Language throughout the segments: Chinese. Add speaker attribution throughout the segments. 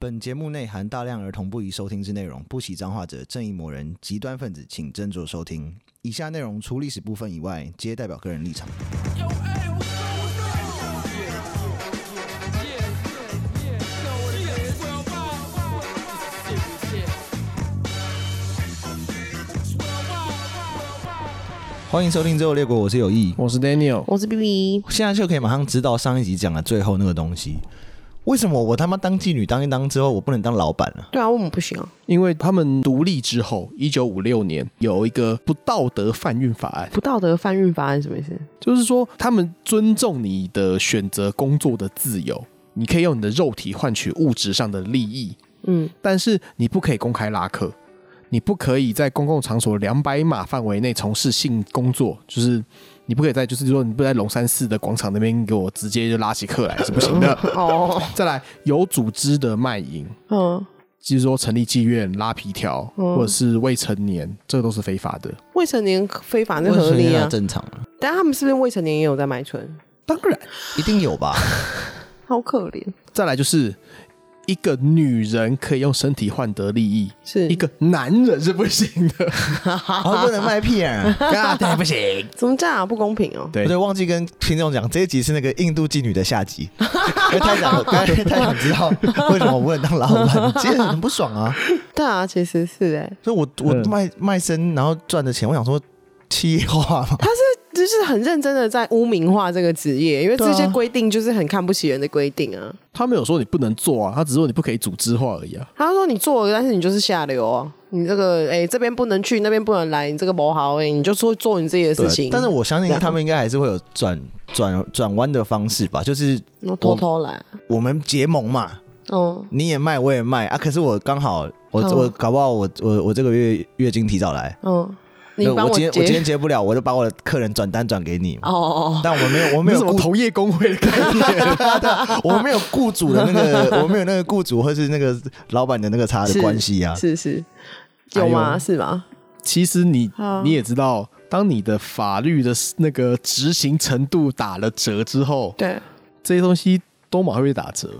Speaker 1: 本节目内含大量儿童不宜收听之内容，不喜脏话者、正义魔人、极端分子，请斟酌收听。以下内容除历史部分以外，皆代表个人立场。欢迎收听《最后列国》，我是有意。
Speaker 2: 我是 Daniel，
Speaker 3: 我是 B E B，
Speaker 1: 现在就可以马上知道上一集讲的最后那个东西，为什么我他妈当妓女当一当之后，我不能当老板了、
Speaker 3: 对啊，我们不行啊，
Speaker 2: 因为他们独立之后，一九五六年有一个不道德贩运法案，
Speaker 3: 不道德贩运法案什么意思？
Speaker 2: 就是说他们尊重你的选择工作的自由，你可以用你的肉体换取物质上的利益，
Speaker 3: 嗯，
Speaker 2: 但是你不可以公开拉客，你不可以在公共场所两百码范围内从事性工作，就是你不可以在就是说你不在龙山寺的广场那边给我直接就拉起客来是不行的。
Speaker 3: 哦，
Speaker 2: 再来，有组织的卖淫，
Speaker 3: 嗯，
Speaker 2: 就是说成立妓院、拉皮条，
Speaker 3: 嗯
Speaker 2: 或者是未成年，这都是非法的。
Speaker 3: 未成年非法那
Speaker 1: 为
Speaker 3: 合
Speaker 1: 什
Speaker 3: 理
Speaker 1: 么
Speaker 3: 啊，
Speaker 1: 正常啊？
Speaker 3: 但他们是不是未成年也有在卖春？
Speaker 2: 当然，
Speaker 1: 一定有吧？
Speaker 3: 好可怜，
Speaker 2: 再来就是一个女人可以用身体换得利益，
Speaker 3: 是
Speaker 2: 一个男人是不行的，
Speaker 1: 啊、不能卖屁啊！
Speaker 2: 啊，对，不行。
Speaker 3: 怎么这样啊？不公平哦！
Speaker 2: 对
Speaker 1: 对，忘记跟听众讲，这一集是那个印度妓女的下 集，因为太 想，刚才太想知道为什么我不能当老板，其实很不爽啊。
Speaker 3: 对啊，其实是哎、
Speaker 1: 所以我我
Speaker 2: 嗯
Speaker 1: 卖卖身，然后赚的钱，我想说气话 嘛，
Speaker 3: 就是很认真的在污名化这个职业，因为这
Speaker 1: 对
Speaker 3: 些
Speaker 1: 啊
Speaker 3: 规定就是很看不起人的规定啊。
Speaker 2: 他没有说你不能做啊，他只是说你不可以组织化而已啊。
Speaker 3: 他说你做了，但是你就是下流啊，你这个哎、这边不能去，那边不能来，你这个不好哎、你就做做你自己的事情，
Speaker 1: 但是我相信
Speaker 3: 对啊
Speaker 1: 他们应该还是会有转转转弯的方式吧，就是
Speaker 3: 我偷偷来，
Speaker 1: 我们结盟嘛，
Speaker 3: 哦、
Speaker 1: 你也卖，我也卖啊！可是我刚好，我、
Speaker 3: 嗯
Speaker 1: 我搞不好我我我这个月月经提早来，
Speaker 3: 嗯，你
Speaker 1: 那
Speaker 3: 帮
Speaker 1: 我今天我今
Speaker 3: 接
Speaker 1: 天结不了，我就把我的客人转单转给你。
Speaker 3: 哦哦，哦
Speaker 1: 但我们没有，我
Speaker 2: 没
Speaker 1: 们没
Speaker 2: 有
Speaker 1: 有
Speaker 2: 什么
Speaker 1: 雇，
Speaker 2: 同业工会的概念，
Speaker 1: 我们没有雇主的那 个，我们没有那个雇主或是那个老板的那个差的
Speaker 3: 是
Speaker 1: 关系啊。
Speaker 3: 是是，有
Speaker 2: 哎
Speaker 3: 吗？
Speaker 2: 呦
Speaker 3: 是吗？
Speaker 2: 其实你
Speaker 3: 好
Speaker 2: 你也知道，当你的法律的那个执行程度打了折之后，
Speaker 3: 对，
Speaker 2: 这些东西都马上会被打折。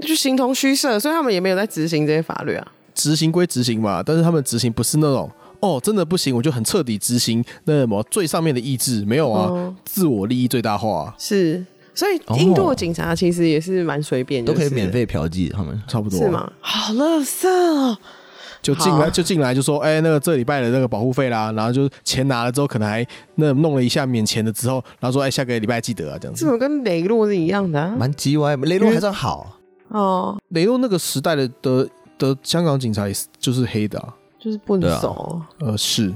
Speaker 3: 就形同虚设，所以他们也没有在执行这些法律啊。
Speaker 2: 执行归执行嘛，但是他们执行不是那种哦，真的不行，我就很彻底执行那什么最上面的意志，没有啊，
Speaker 3: 哦
Speaker 2: 自我利益最大化啊、
Speaker 3: 是，所以
Speaker 1: 哦
Speaker 3: 印度的警察其实也是蛮随便，
Speaker 1: 都
Speaker 3: 就
Speaker 1: 可以
Speaker 3: 是
Speaker 1: 免费嫖妓，他们
Speaker 2: 差不多啊
Speaker 3: 是？吗？好乐色哦，
Speaker 2: 就进来
Speaker 3: 好
Speaker 2: 就进来就说，哎、那个这礼拜的那个保护费啦，然后就钱拿了之后，可能还那弄了一下免钱的之后，然后说，哎、下个礼拜记得啊，这样
Speaker 3: 这
Speaker 2: 子。
Speaker 3: 种跟雷洛是一样的啊。
Speaker 1: 蛮叽歪，雷洛还算好，啊
Speaker 3: 哦，
Speaker 2: 雷诺那个时代的的的香港警察也是就是黑的、啊，
Speaker 3: 就是不
Speaker 1: 对啊
Speaker 3: 能熟。
Speaker 2: 呃，是，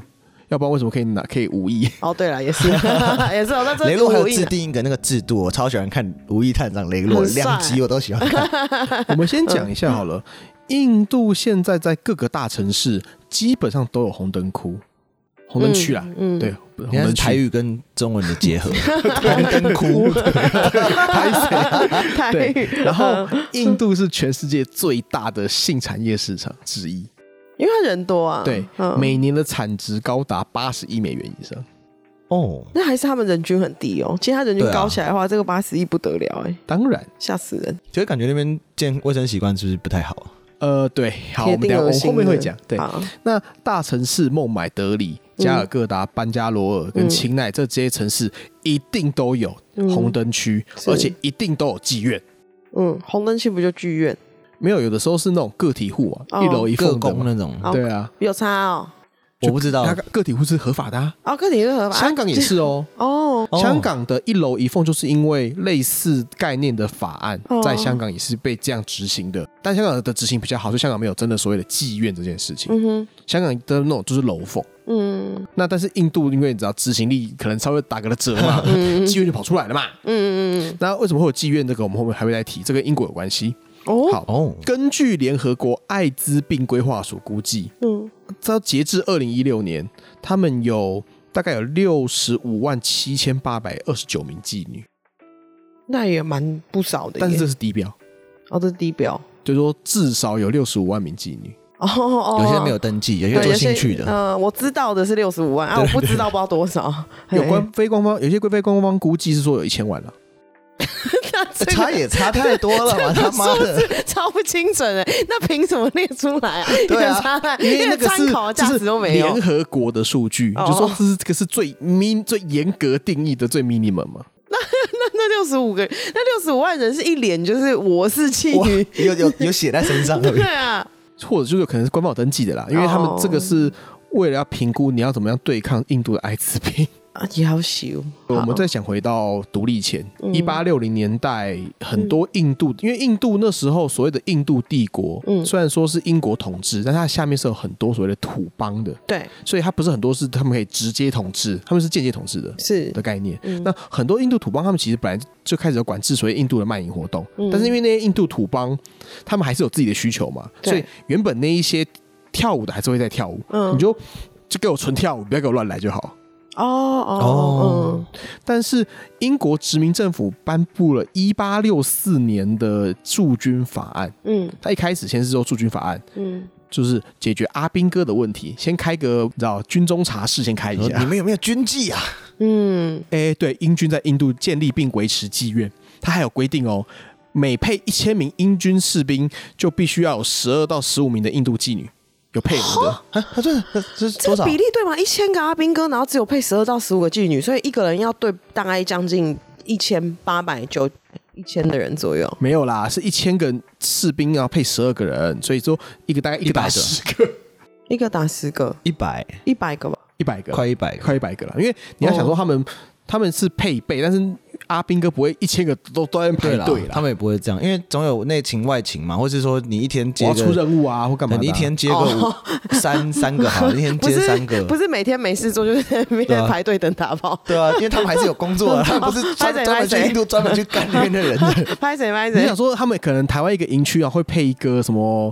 Speaker 2: 要不然为什么可以拿可以无意？
Speaker 3: 哦，对了，也 是，也是哦，那真
Speaker 1: 雷
Speaker 3: 的
Speaker 1: 洛还有
Speaker 3: 无意
Speaker 1: 制
Speaker 3: 呢
Speaker 1: 定一个那个制度，我超喜欢看《无意探长》雷洛
Speaker 3: 很帅
Speaker 1: 两集，我都喜欢 看。
Speaker 2: 我们先讲一
Speaker 3: 嗯
Speaker 2: 下好了，印度现在在各个大城市基本上都有红灯区、红灯区啦，啊
Speaker 3: 嗯嗯
Speaker 2: 对，红
Speaker 1: 你看
Speaker 2: 灯
Speaker 1: 是台
Speaker 2: 区。
Speaker 1: 语跟中文的结 合，红 灯窟，
Speaker 3: 台
Speaker 2: 对
Speaker 3: 语，，
Speaker 2: 然后
Speaker 3: 嗯
Speaker 2: 印度是全世界最大的性产业市场之一，
Speaker 3: 因为他人多啊，
Speaker 2: 对，
Speaker 3: 嗯
Speaker 2: 每年的产值高达八十亿美元以上。
Speaker 1: 哦，
Speaker 3: 那还是他们人均很低哦。其实他人均
Speaker 1: 对啊
Speaker 3: 高起来的话，这个八十亿不得了哎，
Speaker 2: 当然，
Speaker 3: 吓死人。
Speaker 1: 就会感觉那边健卫生习惯是不是不太好？
Speaker 2: 呃，对，好，我
Speaker 3: 铁
Speaker 2: 们等一下
Speaker 3: 定
Speaker 2: 我
Speaker 3: 恶
Speaker 2: 们
Speaker 3: 心
Speaker 2: 后面会讲。对，
Speaker 3: 好嗯
Speaker 2: 那大城市孟买、德里、加尔各答、班加罗尔跟钦奈这这些城市一定都有红灯区，
Speaker 3: 嗯是
Speaker 2: 而且一定都有妓院。
Speaker 3: 嗯，红灯区不就剧院
Speaker 2: 没有，有的时候是那种个体户啊，
Speaker 3: 哦
Speaker 2: 一楼一
Speaker 1: 各
Speaker 2: 缝的
Speaker 1: 工
Speaker 2: 嘛。
Speaker 1: 那种，
Speaker 3: 哦
Speaker 2: 对啊，
Speaker 3: 有差哦？
Speaker 1: 我不知道
Speaker 2: 它。个体户是合法的、啊，
Speaker 3: 哦，跟你是合法，
Speaker 2: 香港也是哦。
Speaker 3: 哦，
Speaker 1: 哦
Speaker 2: 香港的一楼一缝就是因为类似概念的法案，
Speaker 3: 哦
Speaker 2: 在香港也是被这样执行的，但香港的执行比较好，所以香港没有真的所谓的妓院这件事情。
Speaker 3: 嗯哼，
Speaker 2: 香港的那种就是楼缝，
Speaker 3: 嗯
Speaker 2: 那但是印度因为你知道执行力可能稍微打个折嘛，妓院就跑出来了嘛。
Speaker 3: 嗯嗯嗯，
Speaker 2: 那为什么会有妓院这个？我们后面还会再提，这跟英国有关系。
Speaker 3: 哦，
Speaker 2: 好，
Speaker 1: 哦，
Speaker 2: 根据联合国艾滋病规划署估计，
Speaker 3: 嗯，
Speaker 2: 到截至二零一六年，他们有大概有六十五万七千八百二十九名妓女，
Speaker 3: 那也蛮不少的耶，
Speaker 2: 但是这是低标，
Speaker 3: 哦，这是低标，
Speaker 2: 就是说至少有六十五万名妓女。
Speaker 3: 哦哦，
Speaker 1: 有些没有
Speaker 3: 哦。
Speaker 1: 登记，有些
Speaker 3: 对
Speaker 1: 做
Speaker 3: 有些
Speaker 1: 兴趣的。
Speaker 3: 呃，我知道的是六十五万啊，我不知道不知道多少。
Speaker 2: 有
Speaker 3: 嘿
Speaker 2: 关非官方，有些非官方估计是说有一千万了、
Speaker 3: 那 这个
Speaker 1: 差也差太多了嘛，他妈
Speaker 3: 数
Speaker 1: 的！
Speaker 3: 字超不精准的，那凭什么列出来 啊？
Speaker 1: 对啊
Speaker 3: 一点差太
Speaker 2: 因为那
Speaker 3: 一
Speaker 2: 个
Speaker 3: 点
Speaker 2: 是
Speaker 3: 参考价
Speaker 2: 就是
Speaker 3: 值都没有
Speaker 2: 联。合国的数据，
Speaker 3: 哦
Speaker 2: 就说这是这个是最 min 最严格定义的最 minimum 嘛。
Speaker 3: 那那六十五个，那六十五万人是一脸就是我是气
Speaker 1: 哇
Speaker 3: 女，
Speaker 1: 有有有写在身上，
Speaker 3: 对啊，
Speaker 2: 或者就是可能是官方有登记的啦，因为他们
Speaker 3: 哦
Speaker 2: 这个是为了要评估你要怎么样对抗印度的艾滋病。
Speaker 3: 啊也好嗯羞。
Speaker 2: 我们再想回到独立前，一八六零年代，很多印度，
Speaker 3: 嗯
Speaker 2: 因为印度那时候所谓的印度帝国，虽然说是英国统治，但它下面是有很多所谓的土邦的，
Speaker 3: 对
Speaker 2: 所以它不是很多是他们可以直接统治，他们是间接统治的。
Speaker 3: 是嗯
Speaker 2: 的概念，那很多印度土邦他们其实本来就开始有管制所谓印度的卖淫活动，
Speaker 3: 嗯
Speaker 2: 但是因为那些印度土邦他们还是有自己的需求嘛，
Speaker 3: 对
Speaker 2: 所以原本那一些跳舞的还是会在跳舞，
Speaker 3: 嗯
Speaker 2: 你就就给我纯跳舞，不要给我乱来就好。
Speaker 3: 哦
Speaker 1: 哦
Speaker 3: 哦嗯
Speaker 2: 但是英国殖民政府颁布了1864年的驻军法案，
Speaker 3: 嗯
Speaker 2: 他一开始先是说驻军法案。
Speaker 3: 嗯，
Speaker 2: 就是解决阿兵哥的问题，先开个你知道军中茶室，先开一
Speaker 1: 你
Speaker 2: 下。
Speaker 1: 们有没有军纪啊？
Speaker 3: 嗯，
Speaker 2: 哎、对，英军在印度建立并维持妓院，他还有规定哦，每配一千名英军士兵，就必须要有十二到十五名的印度妓女，有配偶的。
Speaker 1: 啊，他这这这是
Speaker 3: 这
Speaker 1: 多
Speaker 3: 个
Speaker 1: 少？
Speaker 3: 比例对吗？一千个阿兵哥，然后只有配十二到十五个妓女，所以一个人要对大概将近一千八百九一千的人左右。
Speaker 2: 没有啦，是一千个士兵啊，配十二个人，所以说一个大概一个
Speaker 1: 100
Speaker 2: 打
Speaker 1: 个
Speaker 2: 十个，
Speaker 3: 一个打十个，
Speaker 1: 一百，
Speaker 3: 一百个吧。
Speaker 2: 一百个，
Speaker 1: 快一百个，
Speaker 2: 快一百个了，因为你要想说他们、他们是配备，但是阿兵哥不会一千个都都在那边排队
Speaker 1: 啦
Speaker 2: 啦，
Speaker 1: 他们也不会这样，因为总有内情外情嘛，或是说你一天
Speaker 2: 我
Speaker 1: 接
Speaker 2: 要
Speaker 1: 个
Speaker 2: 出任务啊或干嘛的啊、
Speaker 1: 你一天接个五 三三个好了，一天
Speaker 3: 哦不
Speaker 1: 接
Speaker 3: 是
Speaker 1: 三个，
Speaker 3: 不是每天没事做，就是在
Speaker 1: 对啊
Speaker 3: 那边排队等打炮。
Speaker 1: 对啊，因为他们还是有工 作的，他们不是专
Speaker 3: 拍谁
Speaker 1: 专门去
Speaker 3: 拍谁
Speaker 1: 印度专门去干那边的人的。
Speaker 3: 拍谁拍
Speaker 2: 你
Speaker 3: 谁
Speaker 2: 想？说他们可能台湾一个营区啊会配一个什么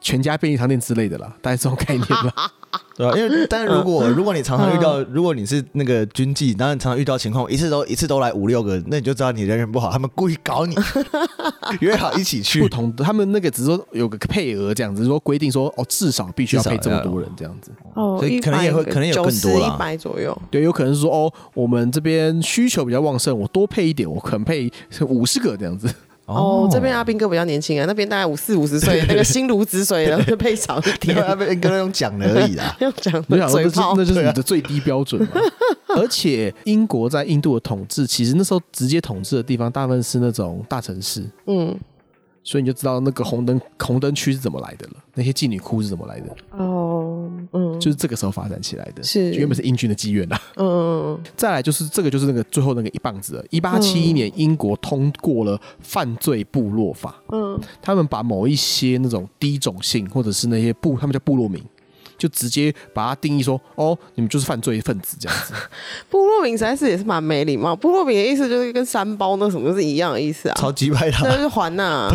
Speaker 2: 全家便利商店之类的啦，大概这种概念吧。
Speaker 1: 对、啊，因 为但是如果
Speaker 3: 嗯
Speaker 1: 如果你常常遇到，如果你是那个军纪，然后你常常遇到情况，一次都一次都来五六个，那你就知道你人缘不好，他们故意搞 你，约好一起
Speaker 2: 不
Speaker 1: 去。
Speaker 2: 同的，他们那个只是说有个配额这样子，只是说规定说哦，至少必须要配这么多人这样子。
Speaker 3: 哦
Speaker 1: 所以可能也会可能有更多啦
Speaker 3: 一百左右。
Speaker 2: 对，有可能是说哦，我们这边需求比较旺盛，我多配一点，我可能配五十个这样子。
Speaker 3: 哦，这边阿兵哥比较年轻啊，那边大概五四五十岁，那个心如止水了， 就配少一
Speaker 1: 因
Speaker 3: 点
Speaker 1: 为。他们 跟那种讲的而已 啦。
Speaker 3: 用讲
Speaker 2: 我
Speaker 1: 啊
Speaker 2: 想说
Speaker 3: 嘴
Speaker 2: 这是
Speaker 3: 炮啊
Speaker 2: 那，就是你的最低标准 嘛。而且英国在印度的统治，其实那时候直接统治的地方大部分是那种大城市，
Speaker 3: 嗯，
Speaker 2: 所以你就知道那个红灯红灯区是怎么来的了，那些妓女窟是怎么来的，
Speaker 3: 哦，嗯
Speaker 2: 就是这个时候发展起来的。
Speaker 3: 是
Speaker 2: 就原本是英军的妓院啦。
Speaker 3: 嗯，
Speaker 2: 再来就是这个就是那个最后那个一棒子了。一八七一年，英国通过了犯罪部落法，
Speaker 3: 嗯，
Speaker 2: 他们把某一些那种低种姓或者是那些部，他们叫部落民。就直接把它定义说，哦，你们就是犯罪分子这样子，
Speaker 3: 部落民实在是也是蛮没礼貌。部落民的意思就是跟三包那什么是一样的意思啊，
Speaker 1: 超级拍
Speaker 3: 那
Speaker 1: 他，
Speaker 3: 就是还 呐、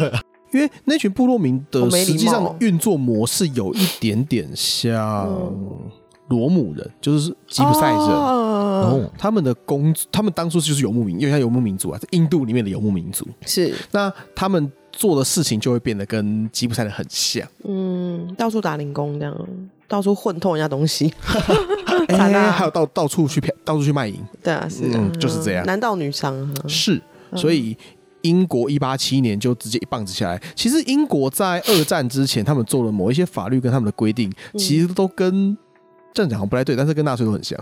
Speaker 2: 因为那群部落民
Speaker 3: 好
Speaker 2: 的
Speaker 3: 没
Speaker 2: 实
Speaker 3: 礼貌哦
Speaker 2: 际上的运作模式有一点点像罗姆人，就是吉普赛人，
Speaker 3: 哦，
Speaker 1: 哦，
Speaker 2: 他们的工，他们当初就是游牧民，因为他游牧民族啊，在印度里面的游牧民族，
Speaker 3: 是，
Speaker 2: 那他们做的事情就会变得跟吉普赛人很像。
Speaker 3: 嗯，到处打零工这样，到处混偷人家东西，
Speaker 2: 哎
Speaker 3: 惨啊
Speaker 2: 还有到到处去骗到处去卖淫，
Speaker 3: 对啊，是啊
Speaker 2: 嗯就是这样
Speaker 3: 男盗女娼啊，
Speaker 1: 嗯
Speaker 2: 是，所以。英国一八七年就直接一棒子下来。其实英国在二战之前，他们做了某一些法律跟他们的规定，
Speaker 1: 嗯
Speaker 2: 其实都跟这样讲好像不太对，但是跟纳粹都很像。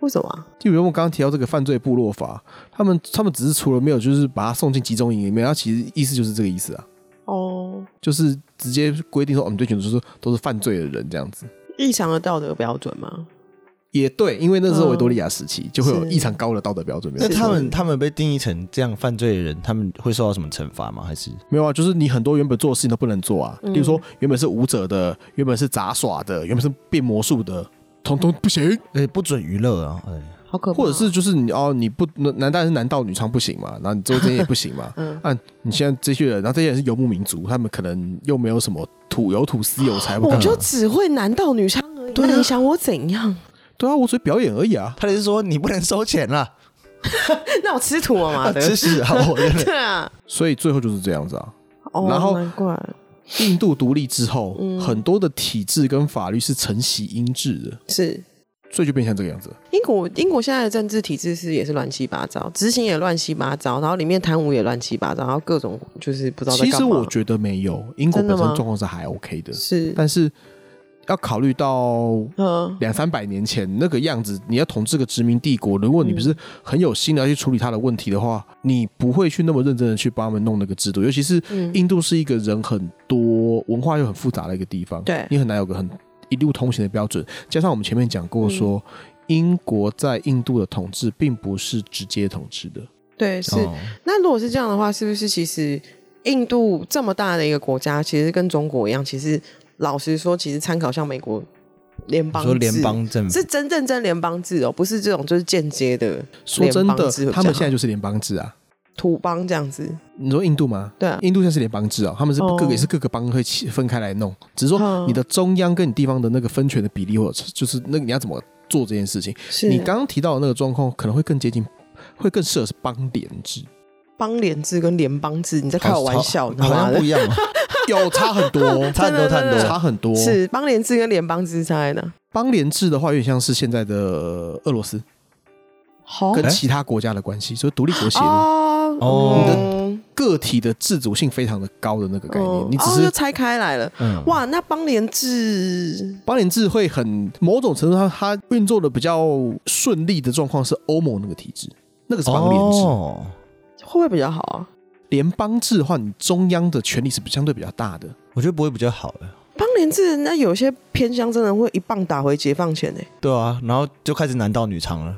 Speaker 3: 为什么、啊？
Speaker 2: 就比如我刚刚提到这个犯罪部落法，他们他们只是除了没有就是把他送进集中营里面，他其实意思就是这个意思啊。
Speaker 3: 哦，
Speaker 2: 就是直接规定说，我哦们对群就是都是犯罪的人这样子。
Speaker 3: 异常的道德标准吗？
Speaker 2: 也对，因为那时候维多利亚时期就会有
Speaker 3: 是
Speaker 2: 异常高的道德标准。没
Speaker 1: 嗯
Speaker 2: 有
Speaker 1: 那
Speaker 2: 错
Speaker 1: 他们他们被定义成这样犯罪的人，他们会受到什么惩罚吗？还是
Speaker 2: 没有啊，就是你很多原本做的事情都不能做啊，
Speaker 3: 嗯
Speaker 2: 比如说原本是舞者的，原本是杂耍的，原本是变魔术的，通通不行。
Speaker 3: 嗯
Speaker 1: 呃不准娱乐啊？哎
Speaker 3: 好可怕，
Speaker 2: 或者是就是你哦，你不男当然是男盗女娼不行嘛，然后你周边也不行 嘛。嗯，啊，你现在这些人，然后这些人是游牧民族，他们可能又没有什么土有土司有财，
Speaker 3: 我
Speaker 2: 干嘛
Speaker 3: 就只会男盗女娼而已，
Speaker 2: 啊
Speaker 3: 那你想我怎样？
Speaker 2: 对啊，我只是表演而已啊。
Speaker 1: 他就是说你不能收钱 啦，
Speaker 3: 那我吃土 了嘛？
Speaker 1: 啊
Speaker 3: 对
Speaker 1: 吃屎啊！我真的
Speaker 3: 对啊，
Speaker 2: 所以最后就是这样子啊。
Speaker 3: 哦，
Speaker 2: 然后
Speaker 3: 难怪
Speaker 2: 印
Speaker 3: 嗯
Speaker 2: 度独立之后，很多的体制跟法律是承袭英制的。
Speaker 3: 是
Speaker 2: 所以就变成这个样子。
Speaker 3: 英国英国现在的政治体制是也是乱七八糟，执行也乱七八糟，然后里面贪污也乱七八糟，然后各种就是不知道在
Speaker 2: 其
Speaker 3: 干嘛。
Speaker 2: 实我觉得没有，英国
Speaker 3: 真的
Speaker 2: 本身
Speaker 3: 吗
Speaker 2: 状况是还 OK 的，
Speaker 3: 是，
Speaker 2: 但是要考虑到
Speaker 3: 嗯，
Speaker 2: 两三百年前那个样子，你要统治个殖民帝国，如果你不是很有心啊的要去处理他的问题的话，你不会去那么认真的去帮他们弄那个制度。尤其是
Speaker 3: 嗯
Speaker 2: 印度是一个人很多、文化又很复杂的一个地方，
Speaker 3: 对
Speaker 2: 你很难有个很一路通行的标准。加上我们前面讲过说，
Speaker 3: 嗯
Speaker 2: 英国在印度的统治并不是直接统治的，
Speaker 3: 对， 是。
Speaker 1: 哦
Speaker 3: 那如果是这样的话，是不是其实印度这么大的一个国家，其实跟中国一样，其实老实说，其实参考像美国联邦
Speaker 1: 你说
Speaker 3: 制
Speaker 1: 联邦政府
Speaker 3: 是真正真联邦制哦，不是这种就是间接的
Speaker 2: 说真
Speaker 3: 联邦制
Speaker 2: 的，
Speaker 3: 啊比较
Speaker 2: 他们现在
Speaker 3: 好
Speaker 2: 就是联邦制啊。
Speaker 3: 土邦这样子。
Speaker 2: 你说印度吗？
Speaker 3: 对啊，
Speaker 2: 印度现在是联邦制哦，他们是
Speaker 3: 哦
Speaker 2: 各个也是各个邦会起分开来弄，只是说
Speaker 3: 嗯
Speaker 2: 你的中央跟你地方的那个分权的比例，或者就是那个你要怎么做这件事情。
Speaker 3: 是
Speaker 2: 你刚刚提到的那个状况，可能会更接近，会更适合是邦联 制，
Speaker 3: 邦联制跟联邦制，你在开我玩笑，
Speaker 1: 好
Speaker 3: 你知道
Speaker 1: 好
Speaker 3: 吗
Speaker 1: 像？不一样嘛，啊
Speaker 2: 有差很多哦，
Speaker 1: 差很多， 差很
Speaker 3: 真的真
Speaker 1: 多
Speaker 3: 的
Speaker 2: 差很多。
Speaker 3: 是邦联制跟联邦制差在哪？
Speaker 2: 邦联制的话，有点像是现在的俄罗斯
Speaker 3: 好
Speaker 2: 跟其他国家的关系，所以独立国协议
Speaker 3: 哦
Speaker 1: 哦
Speaker 3: 嗯
Speaker 2: 个体的自主性非常的高的那个概
Speaker 3: 哦
Speaker 2: 念，你只
Speaker 3: 哦
Speaker 2: 是
Speaker 3: 又拆开来了。
Speaker 1: 嗯，
Speaker 3: 哇，那邦联制
Speaker 2: 邦联制会很某种程度上，它运作的比较顺利的状况是欧盟那个体制，那个是邦联制。
Speaker 1: 哦
Speaker 3: 会不会比较好啊？
Speaker 2: 联邦制的话，你中央的权力是相对比较大的。
Speaker 1: 我觉得不会比较好的。欸
Speaker 3: 邦联制那有些偏乡真的会一棒打回解放前欸呢、
Speaker 1: 对啊，然后就开始男盗女娼了，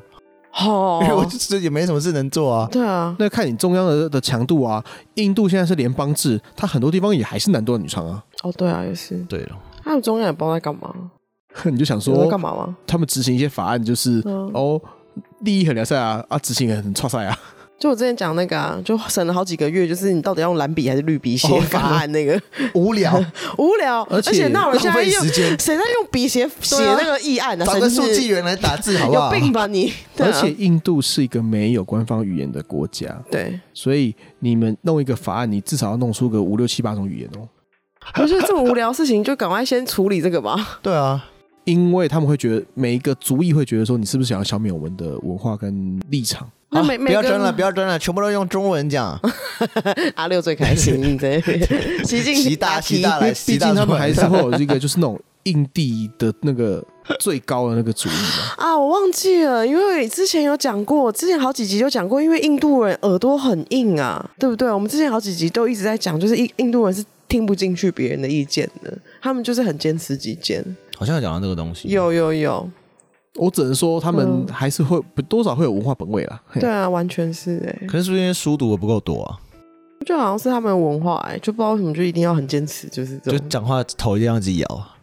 Speaker 1: 因为我
Speaker 3: 哦，
Speaker 1: 就是也没什么事能做啊。
Speaker 3: 对啊，
Speaker 2: 那看你中央的的强度啊，印度现在是联邦制，它很多地方也还是男多女娼啊。
Speaker 3: 哦对啊，也是。
Speaker 1: 对了，
Speaker 3: 他们中央也不知道在干嘛，
Speaker 2: 你就想
Speaker 3: 有在干
Speaker 2: 说，
Speaker 3: 嘛吗？
Speaker 2: 他们执行一些法案，就是、
Speaker 3: 嗯
Speaker 2: 哦，利益很良善啊，啊，执行也很差赛啊。
Speaker 3: 就我之前讲那个啊，就省了好几个月，就是你到底要用蓝笔还是绿笔写
Speaker 2: 哦
Speaker 3: 法案那个
Speaker 1: 无聊，
Speaker 3: 无聊，
Speaker 2: 而
Speaker 3: 而
Speaker 2: 且
Speaker 3: 且那我现
Speaker 1: 浪
Speaker 3: 在
Speaker 1: 费
Speaker 3: 用
Speaker 1: 时间，
Speaker 3: 谁在用笔写写
Speaker 1: 对啊
Speaker 3: 那个议案呢、啊？
Speaker 1: 找
Speaker 3: 神
Speaker 1: 个
Speaker 3: 经
Speaker 1: 速记员来打字好不好
Speaker 3: 有？病吧你？ 对
Speaker 2: 而
Speaker 3: 啊
Speaker 2: 且印度是一个没有官方语言的国家，
Speaker 3: 对，
Speaker 2: 所以你们弄一个法案，你至少要弄出个五六七八种语言哦。
Speaker 3: 我觉得这么无聊的事情，就赶快先处理这个吧。
Speaker 1: 对啊，
Speaker 2: 因为他们会觉得每一个族裔会觉得说，你是不是想要消灭我们的文化跟立场？
Speaker 3: 那
Speaker 1: 啊
Speaker 3: 每
Speaker 1: 不
Speaker 3: 每
Speaker 1: 要
Speaker 3: 个
Speaker 1: 争
Speaker 3: 人
Speaker 1: 了，不要争了，全部都用中文讲，
Speaker 3: 阿六最开心， 你这习近
Speaker 1: 习大习大
Speaker 2: 因为
Speaker 1: 来，
Speaker 2: 毕
Speaker 1: 习
Speaker 2: 竟
Speaker 1: 大
Speaker 2: 他
Speaker 1: 出
Speaker 2: 们
Speaker 1: 来
Speaker 2: 还是会有这个就是那种印地的那个最高的那个主义 嘛。
Speaker 3: 啊，我忘记了，因为之前有讲过，之前好几集就讲过，因为印度人耳朵很硬啊，对不对？我们之前好几集都一直在讲，就是印印度人是听不进去别人的意见的，他们就是很坚持己见。
Speaker 1: 好像有讲到这个东西，
Speaker 3: 有有有，
Speaker 2: 我只能说，他们
Speaker 3: 嗯
Speaker 2: 还是会不多少会有文化本位啦。嘿
Speaker 3: 对啊，完全是哎、
Speaker 1: 可是是不是因为书读的不够多啊？
Speaker 3: 就好像是他们的文化哎、就不知道为什么就一定要很坚持，就是这
Speaker 1: 就
Speaker 3: 种
Speaker 1: 讲话头一定要自己摇啊。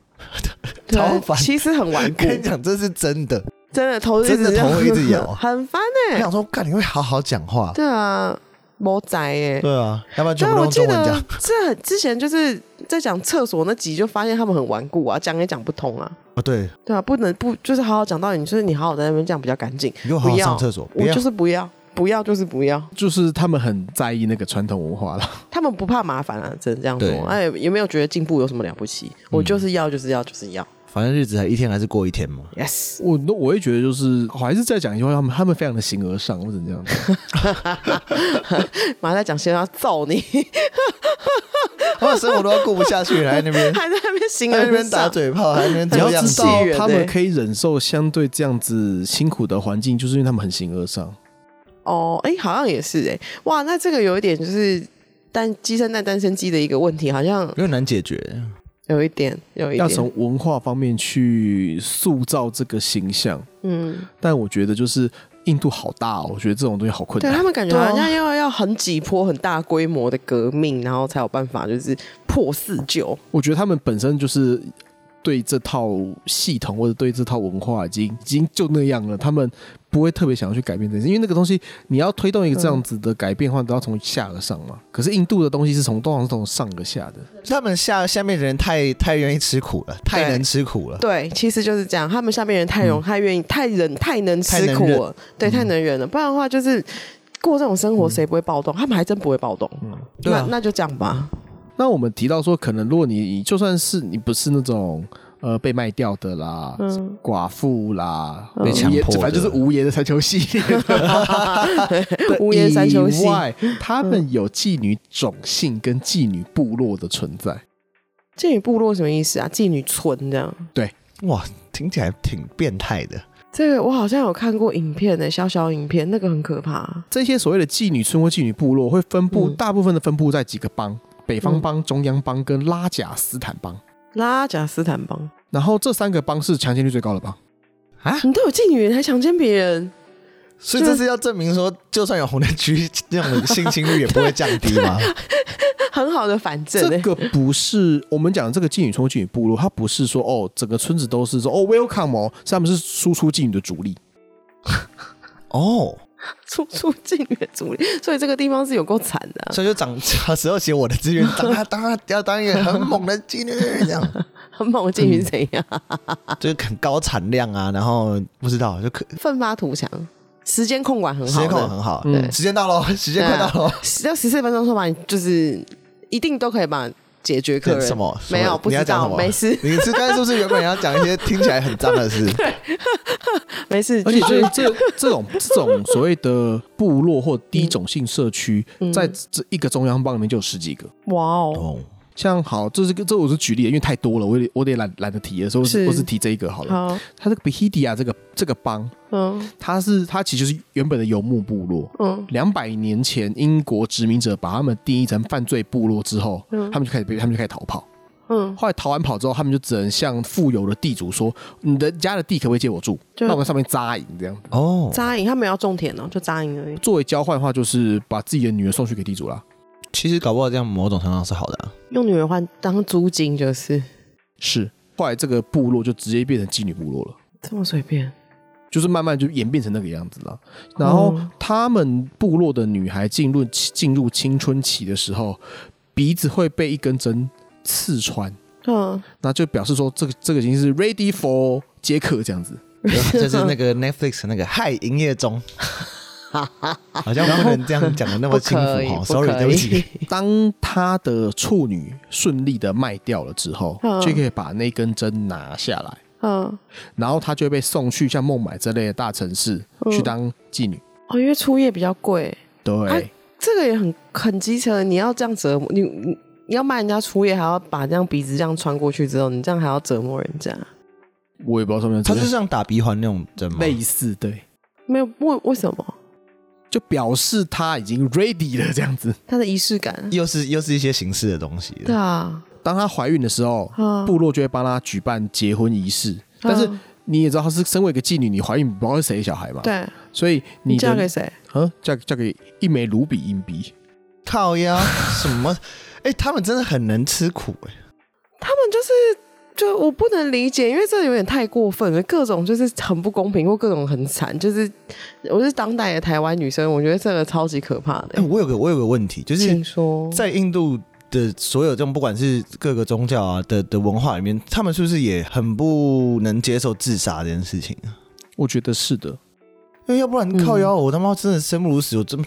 Speaker 3: 对
Speaker 1: 超烦
Speaker 3: 其实很 顽固，
Speaker 1: 跟你讲，这是真的。
Speaker 3: 真的头
Speaker 1: 真的
Speaker 3: 这样
Speaker 1: 头一直摇
Speaker 3: 很烦哎、
Speaker 1: 我想说，干，你会好好讲话。
Speaker 3: 对啊，魔宅 哎、
Speaker 1: 对啊，要不然全
Speaker 3: 对，啊
Speaker 1: 部都
Speaker 3: 我
Speaker 1: 用
Speaker 3: 记
Speaker 1: 中文
Speaker 3: 得
Speaker 1: 讲。
Speaker 3: 这很之前就是在讲厕所那集，就发现他们很顽固啊，讲也讲不通啊，
Speaker 1: 哦，对，
Speaker 3: 对啊，不能不就是好好讲道理，你说你好好在那边这样比较干净，
Speaker 1: 你给我好好
Speaker 3: 不要
Speaker 1: 上厕所，不
Speaker 3: 我
Speaker 1: 要
Speaker 3: 就。是不要，不要就是不要，
Speaker 2: 就是他们很在意那个传统文化啦。
Speaker 3: 他们不怕麻烦啊，只能这样
Speaker 1: 对
Speaker 3: 说，哎，也没有觉得进步有什么了不起，
Speaker 1: 嗯
Speaker 3: 我就是要就是要就是要
Speaker 1: 反正日子还一天还是过一天嘛。
Speaker 3: ，yes，
Speaker 2: 我那我会觉得就是，我还是再讲一句话，他们他们非常的形而上，或者这样子。
Speaker 3: 马上在讲先要揍 你，
Speaker 1: 他啊们生活都要过不下去了，还在那边，
Speaker 3: 还在那边行
Speaker 1: 还在
Speaker 3: 而
Speaker 1: 那边打
Speaker 3: 上，
Speaker 1: 嘴炮，还在那边
Speaker 2: 你
Speaker 1: 这
Speaker 2: 要
Speaker 1: 样
Speaker 2: 知
Speaker 1: 子
Speaker 2: 道。
Speaker 3: 气人，
Speaker 2: 他
Speaker 3: 欸
Speaker 2: 们可以忍受相对这样子辛苦的环境，就是因为他们很形而上。
Speaker 3: 哦，哎，好像也是哎、哇，那这个有一点就是蛋鸡生蛋蛋生鸡的一个问题，好像
Speaker 1: 有点难解决。
Speaker 3: 有一点，有一
Speaker 2: 嗯要
Speaker 3: 点，
Speaker 2: 从文化方面去塑造这个形象，
Speaker 3: 嗯。
Speaker 2: 但我觉得就是印度好大哦，我觉得这种东西好困
Speaker 3: 对
Speaker 2: 难
Speaker 3: 他。们感觉
Speaker 2: 对啊
Speaker 3: 好像要要很几波、很大规模的革命，然后才有办法就是破四旧。
Speaker 2: 我觉得他们本身就是对这套系统或者对这套文化已经已经就那样了，他们不会特别想要去改变这件事，因为那个东西你要推动一个这
Speaker 3: 嗯
Speaker 2: 样子的改变的话，都要从下而上嘛。可是印度的东西是从通常是从上而下的，
Speaker 1: 他们下下面的人太太愿意吃苦了，太
Speaker 3: 对
Speaker 1: 能吃苦了。
Speaker 3: 对，其实就是这样。他们下面人太
Speaker 2: 嗯
Speaker 3: 容、太愿意、太忍、太能
Speaker 1: 太
Speaker 3: 吃
Speaker 1: 能
Speaker 3: 苦
Speaker 1: 忍
Speaker 3: 了，对，太能忍了。不然的话，就是过这种生
Speaker 2: 嗯
Speaker 3: 活，谁不会暴动？他们还真不会暴动。
Speaker 1: 对啊
Speaker 3: 那那就这样吧。
Speaker 2: 那我们提到说，可能如果你就算是你不是那种呃被卖掉的啦，
Speaker 3: 嗯
Speaker 2: 寡妇啦，
Speaker 1: 被强
Speaker 2: 无爷
Speaker 1: 迫的
Speaker 2: 反正就是无爷的三球 系列的
Speaker 3: 无爷三球系
Speaker 2: 以外，他们有妓女种姓跟妓女部落的存
Speaker 3: 嗯
Speaker 2: 在。
Speaker 3: 妓女部落什么意思啊？妓女村这样。
Speaker 1: 哇，听起来挺变态的。
Speaker 3: 这个我好像有看过影片呢、小小影片，那个很可怕。
Speaker 2: 这些所谓的妓女村或妓女部落会分布，
Speaker 3: 嗯
Speaker 2: 大部分的分布在几个邦：北方邦、中央邦跟拉贾斯坦邦。
Speaker 3: 拉贾斯坦邦，
Speaker 2: 然后这三个邦是强奸率最高的邦。
Speaker 3: 你都有妓女还强奸别人，
Speaker 1: 所以这是要证明说，就算有红灯区，那种性侵率也不会降低 吗？
Speaker 3: 啊很好的反
Speaker 2: 这
Speaker 3: 正呢、欸
Speaker 2: 个不是我们讲这个妓女村、妓女部落，它不是说哦，整个村子都是说哦 welcome 哦，是他们是输出妓女的主力。
Speaker 1: 哦，
Speaker 3: 出出妓女的主力，所以这个地方是有够惨的啊、
Speaker 1: 所以就长小时候写我的志 愿，长大当然要当一个很猛的妓女，这样
Speaker 3: 很猛的妓女怎样？
Speaker 1: 就是很高产量啊，然后不知道就可
Speaker 3: 奋发图强，时间控管很
Speaker 1: 时
Speaker 3: 好
Speaker 1: 间控
Speaker 3: 的，啊
Speaker 1: 很好，
Speaker 2: 嗯
Speaker 1: 时间到喽，时间快到喽。
Speaker 3: 只要十四分钟说把你就是一定都可以把解决客人。
Speaker 1: 什么？什么
Speaker 3: 啊没有，不
Speaker 1: 你要
Speaker 3: 知
Speaker 1: 讲什
Speaker 3: 道，
Speaker 1: 么
Speaker 3: 没事
Speaker 1: 你是刚才是不是原本要讲一些听起来很脏的 事？
Speaker 3: 没事。
Speaker 2: 而且
Speaker 3: 继续
Speaker 2: 这这这种这种所谓的部落或低
Speaker 3: 嗯
Speaker 2: 种姓社区，在这一个中央邦里面就有十几个。
Speaker 3: 哇哦，
Speaker 1: 哦，
Speaker 2: 像好，这是个这我是举例，因为太多了，我也我得懒懒得提了，所以我只
Speaker 3: 是
Speaker 2: 我只提这一个好
Speaker 1: 哦
Speaker 2: 了。
Speaker 3: 好，
Speaker 2: 它这个 Behidia 这个这个邦，
Speaker 3: 嗯
Speaker 2: 它是它其实就是原本的游牧部落。
Speaker 3: 嗯，
Speaker 2: 两百年前，英国殖民者把他们定义成犯罪部落之后，
Speaker 3: 嗯
Speaker 2: 他们就开始被他们就开始逃跑。
Speaker 1: 哦
Speaker 3: 嗯，
Speaker 2: 后来逃完跑之后，他们就只能向富有的地主说：“你的家的地可不可以借我住？
Speaker 3: 就
Speaker 2: 那我在上面扎营这样子。
Speaker 1: 哦，
Speaker 3: 扎营，他们要种田哦，就扎营而已”。
Speaker 2: 作为交换的话，就是把自己的女儿送去给地主啦。
Speaker 1: 其实搞不好这样某种程度上是好的、啊。
Speaker 3: 用女人换当租金就是
Speaker 2: 是，后来这个部落就直接变成妓女部落了。
Speaker 3: 这么随便。
Speaker 2: 就是慢慢就演变成那个样子了。然后
Speaker 3: 嗯
Speaker 2: 他们部落的女孩进入进入青春期的时候，鼻子会被一根针刺穿，
Speaker 3: 嗯，
Speaker 2: 那就表示说这个这个已经是 ready for 接客这样子。
Speaker 1: 就是那 个 Netflix 那个嗨营业中，好像不能这样讲的那么
Speaker 3: 不
Speaker 1: 轻
Speaker 3: 可
Speaker 1: 浮
Speaker 3: 以
Speaker 1: 哦
Speaker 3: 不
Speaker 1: Sorry，
Speaker 3: 可
Speaker 1: 对不起
Speaker 3: 以。
Speaker 2: 当他的处女顺利的卖掉了之后，
Speaker 3: 嗯
Speaker 2: 就可以把那根针拿下来，
Speaker 3: 嗯，
Speaker 2: 然后他就会被送去像孟买这类的大城市
Speaker 3: 嗯
Speaker 2: 去当妓女。
Speaker 3: 哦，因为初夜比较贵，哎
Speaker 1: 啊
Speaker 2: 对，
Speaker 3: 这个也很很机车。你要这样折磨你，你你要卖人家初夜，还要把这样鼻子这样穿过去之后，你这样还要折磨人家，
Speaker 2: 我也不知道上面
Speaker 1: 它是像打鼻环那种针吗？
Speaker 2: 类似对，
Speaker 3: 没有为为什么？
Speaker 2: 就表示他已经 ready 了这样子。
Speaker 3: 他的仪式 感。啊
Speaker 1: 又是又是一些形式的东西。
Speaker 3: 对啊，
Speaker 2: 当她怀孕的时候，
Speaker 3: 嗯
Speaker 2: 部落就会帮她举办结婚仪式。但是
Speaker 3: 嗯
Speaker 2: 你也知道，她是身为一个妓女，你怀孕不知道是谁的小
Speaker 1: 啊
Speaker 2: 孩嘛？，
Speaker 3: 对，
Speaker 2: 所以你
Speaker 3: 你
Speaker 2: 的
Speaker 3: 嫁给谁？
Speaker 2: 嗯嫁嫁给一枚卢比硬币，
Speaker 1: 靠呀，什么？ 哎、他们真的很能吃苦哎、
Speaker 3: 他们就是。就我不能理解，因为这有点太过分了，各种就是很不公平，或各种很惨，就是我是当代的台湾女生，我觉得这个超级可怕的、
Speaker 1: 哎、我有个我有个问题，就是
Speaker 3: 请说，
Speaker 1: 在印度的所有这种不管是各个宗教啊的的文化里面，他们是不是也很不能接受自杀这件事情啊？
Speaker 2: 我觉得是的。
Speaker 1: 因为要不然靠
Speaker 3: 嗯
Speaker 1: 腰，我他妈真的生不如死，我真。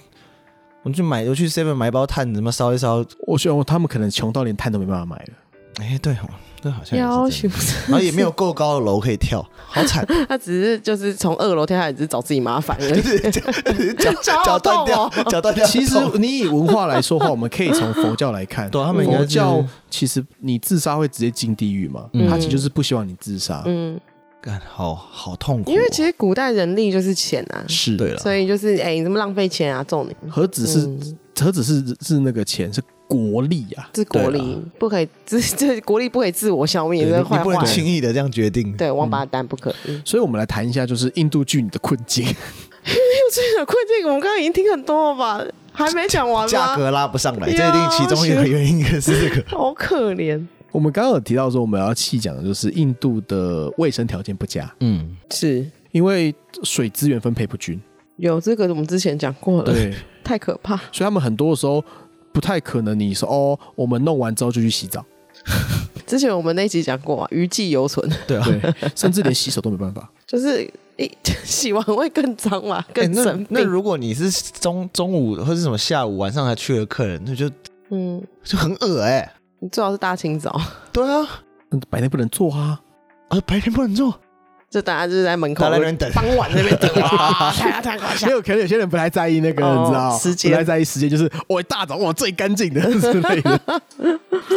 Speaker 1: 我去买，我去 seven 买一包炭，怎么烧一烧？
Speaker 2: 我希望他们可能穷到连炭都没办法买了。
Speaker 1: 哎、对哦，这好像
Speaker 3: 要
Speaker 1: 也是真
Speaker 3: 求
Speaker 1: 的。然后也没有够高的楼可以跳，好 惨，
Speaker 3: 他只是就是从二楼跳下来，只是找自己麻烦而
Speaker 1: 就
Speaker 3: 已。
Speaker 1: 是脚脚
Speaker 3: 脚
Speaker 1: 脚
Speaker 3: 好
Speaker 1: 断
Speaker 3: 痛
Speaker 1: 掉
Speaker 3: 哦，
Speaker 1: 脚断掉。
Speaker 2: 其实你以文化来说的话，我们可以从佛教来看，
Speaker 1: 对啊他们应该
Speaker 2: 佛
Speaker 1: 是
Speaker 2: 教其实你自杀会直接进地狱嘛，
Speaker 1: 嗯
Speaker 2: 他其实就是不希望你自杀。
Speaker 3: 嗯，
Speaker 1: 干好好痛苦哦、
Speaker 3: 因为其实古代人力就是钱啊，
Speaker 2: 是
Speaker 1: 对了，
Speaker 3: 所以就是哎、你怎么浪费钱啊？揍你！
Speaker 2: 何止是
Speaker 3: 嗯
Speaker 2: 何止是是那个钱，是国力啊。
Speaker 3: 这国
Speaker 1: 对
Speaker 3: 力不可以，这这国力不可以 自我消灭，
Speaker 1: 对
Speaker 3: 这
Speaker 1: 你
Speaker 3: 坏
Speaker 1: 你不能轻
Speaker 3: 坏。
Speaker 1: 易的这样决定。
Speaker 3: 对，王八蛋不可以。
Speaker 2: 所以，我们来谈一下，就是印度剧女的困境。
Speaker 3: 又出现了困境，我们刚刚已经听很多了吧？还没讲完
Speaker 1: 价
Speaker 3: 吗？
Speaker 1: 格拉不上来，
Speaker 3: 呀
Speaker 1: 这一定其中一个原因，一个是这个。
Speaker 3: 好可怜，
Speaker 2: 我们刚刚有提到说，我们要细讲的就是印度的卫生条件不佳，
Speaker 1: 嗯，
Speaker 3: 是
Speaker 2: 因为水资源分配不均，
Speaker 3: 有这个我们之前讲过了，，太可怕。
Speaker 2: 所以他们很多的时候不太可能你说哦，我们弄完之后就去洗澡，
Speaker 3: 之前我们那集讲过啊，余悸犹存，
Speaker 1: 对啊。
Speaker 2: 对， 甚至连洗手都没办法。
Speaker 3: 就是一 洗完会更脏嘛，
Speaker 1: 哎
Speaker 3: 更
Speaker 1: 那
Speaker 3: 生
Speaker 1: 那
Speaker 3: 病。
Speaker 1: 如果你是中中午或是什么下午晚上才去的客人，那就
Speaker 3: 嗯，
Speaker 1: 就很恶哎、
Speaker 3: 你最好是大清早，
Speaker 1: 对啊，
Speaker 2: 嗯白天不能做啊，
Speaker 1: 啊，白天不能做，
Speaker 3: 就大家就是在门口
Speaker 1: 大家在那边等
Speaker 3: 傍晚那边 等啊，大家太搞笑
Speaker 2: 没。有，可能有些人不太在意那个，
Speaker 3: 哦
Speaker 2: 你知道，
Speaker 3: 时间
Speaker 2: 不太在意时间，就是我一大早我最干净的 之类 的。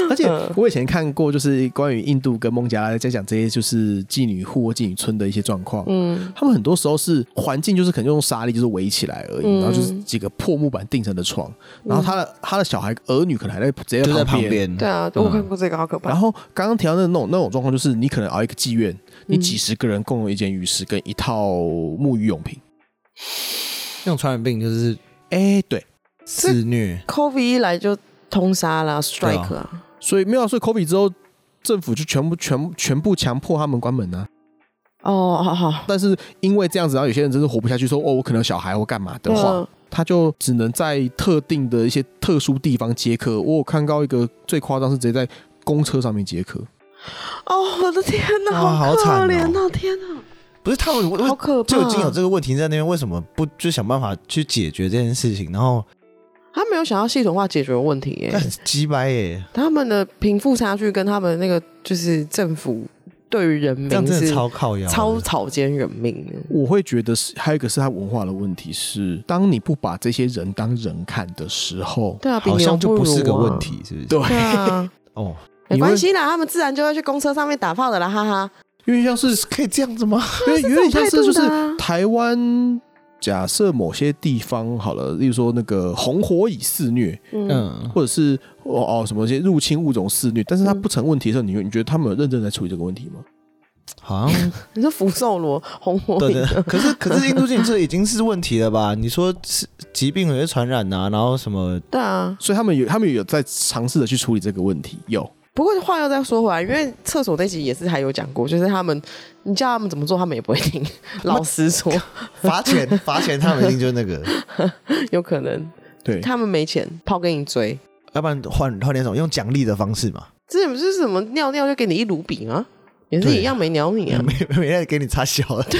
Speaker 2: 而且
Speaker 3: 嗯
Speaker 2: 我以前看过，就是关于印度跟孟加拉在讲这些，就是妓女户或妓女村的一些状况。嗯，他们很多时候是环境就是可能用沙砾就是围起来而已，然后就是
Speaker 3: 嗯
Speaker 2: 几个破木板钉成的床，然后他的他的小孩儿女可能还在直接
Speaker 1: 就在旁
Speaker 2: 旁边。
Speaker 1: 边。
Speaker 3: 对啊，我看过这个好可怕
Speaker 1: 嗯
Speaker 2: 然。后刚刚提到的那种那种状况，就是你可能熬一个妓院，
Speaker 3: 嗯
Speaker 2: 你几十个人共用一间浴室跟一套沐浴用品。
Speaker 1: 那种传染病就是
Speaker 2: 哎、对，
Speaker 1: 肆虐，
Speaker 3: COVID 一来就通杀啦，strike
Speaker 1: 对
Speaker 3: 啊，
Speaker 2: 所以没有啊，所以 Kobe 之后，政府就全部、全部、全部强迫他们关门啊。
Speaker 3: 哦，好好，
Speaker 2: 但是因为这样子，然后有些人真是活不下去，说哦，我可能有小孩或干嘛
Speaker 1: 啊
Speaker 2: 的话，
Speaker 3: 嗯
Speaker 2: 他就只能在特定的一些特殊地方接客。我有看到一个最夸张是直接在公车上面接客，
Speaker 3: 哦，我的天哪，
Speaker 1: 哇好
Speaker 3: 可
Speaker 1: 惨哦
Speaker 3: 怜哦，天哪，
Speaker 1: 不是他们为
Speaker 3: 好可怕！
Speaker 1: 就已经有这个问题在那边，为什么不就想办法去解决这件事情？然后
Speaker 3: 他没有想要系统化解决问题耶、
Speaker 1: 但很鸡掰耶，
Speaker 3: 他们的贫富差距跟他们那个就是政府对于人
Speaker 1: 这样
Speaker 3: 民
Speaker 1: 真的
Speaker 3: 是
Speaker 1: 超靠腰的，
Speaker 3: 超草菅人命的。
Speaker 2: 我会觉得是还有一个是他文化的问题是，当你不把这些人当人看的时 候，
Speaker 3: 对啊，比
Speaker 1: 好
Speaker 3: 牛
Speaker 1: 像就
Speaker 3: 不
Speaker 1: 不是
Speaker 3: 如
Speaker 1: 个
Speaker 3: 啊
Speaker 1: 问。题，是不是？
Speaker 2: 对，
Speaker 3: 对啊，
Speaker 1: 哦，
Speaker 3: 没
Speaker 2: 你会
Speaker 3: 关系啦，他们自然就会去公车上面打炮的啦，哈哈。
Speaker 2: 因为像是
Speaker 1: 可以这样子吗？
Speaker 2: 因为有点像是
Speaker 3: 啊这
Speaker 2: 就
Speaker 3: 种
Speaker 2: 是
Speaker 3: 态度的啊
Speaker 2: 台湾，假设某些地方好了，例如说那个红火蚁肆虐，
Speaker 3: 嗯，
Speaker 1: 嗯，
Speaker 2: 或者是哦哦什么一些入侵物种肆虐，但是它不成问题的时候，你你觉得他们有认真在处理这个问题吗？
Speaker 1: 好 像
Speaker 3: 你说福寿螺红火
Speaker 1: 对
Speaker 3: 蚁
Speaker 1: 对，可是可是印度进这已经是问题了吧？你说是疾病有些传染啊，然后什么
Speaker 3: 对啊，
Speaker 2: 所以他们有他们有在尝试的去处理这个问题，有
Speaker 3: 不过话又再说回来，因为厕所那集也是还有讲过，就是他们，你叫他们怎么做，他们也不会 听。老实说，
Speaker 1: 罚钱罚钱，他们一定就那个，
Speaker 3: 有可能
Speaker 2: 对。
Speaker 3: 他们没钱，炮给你追。
Speaker 1: 要不然换换点什么用奖励的方式嘛，
Speaker 3: 这不是什么尿尿就给你一卢比吗？也是
Speaker 1: 对
Speaker 3: 一样 没鸟你啊！
Speaker 1: 每每天给你插小了，
Speaker 3: 这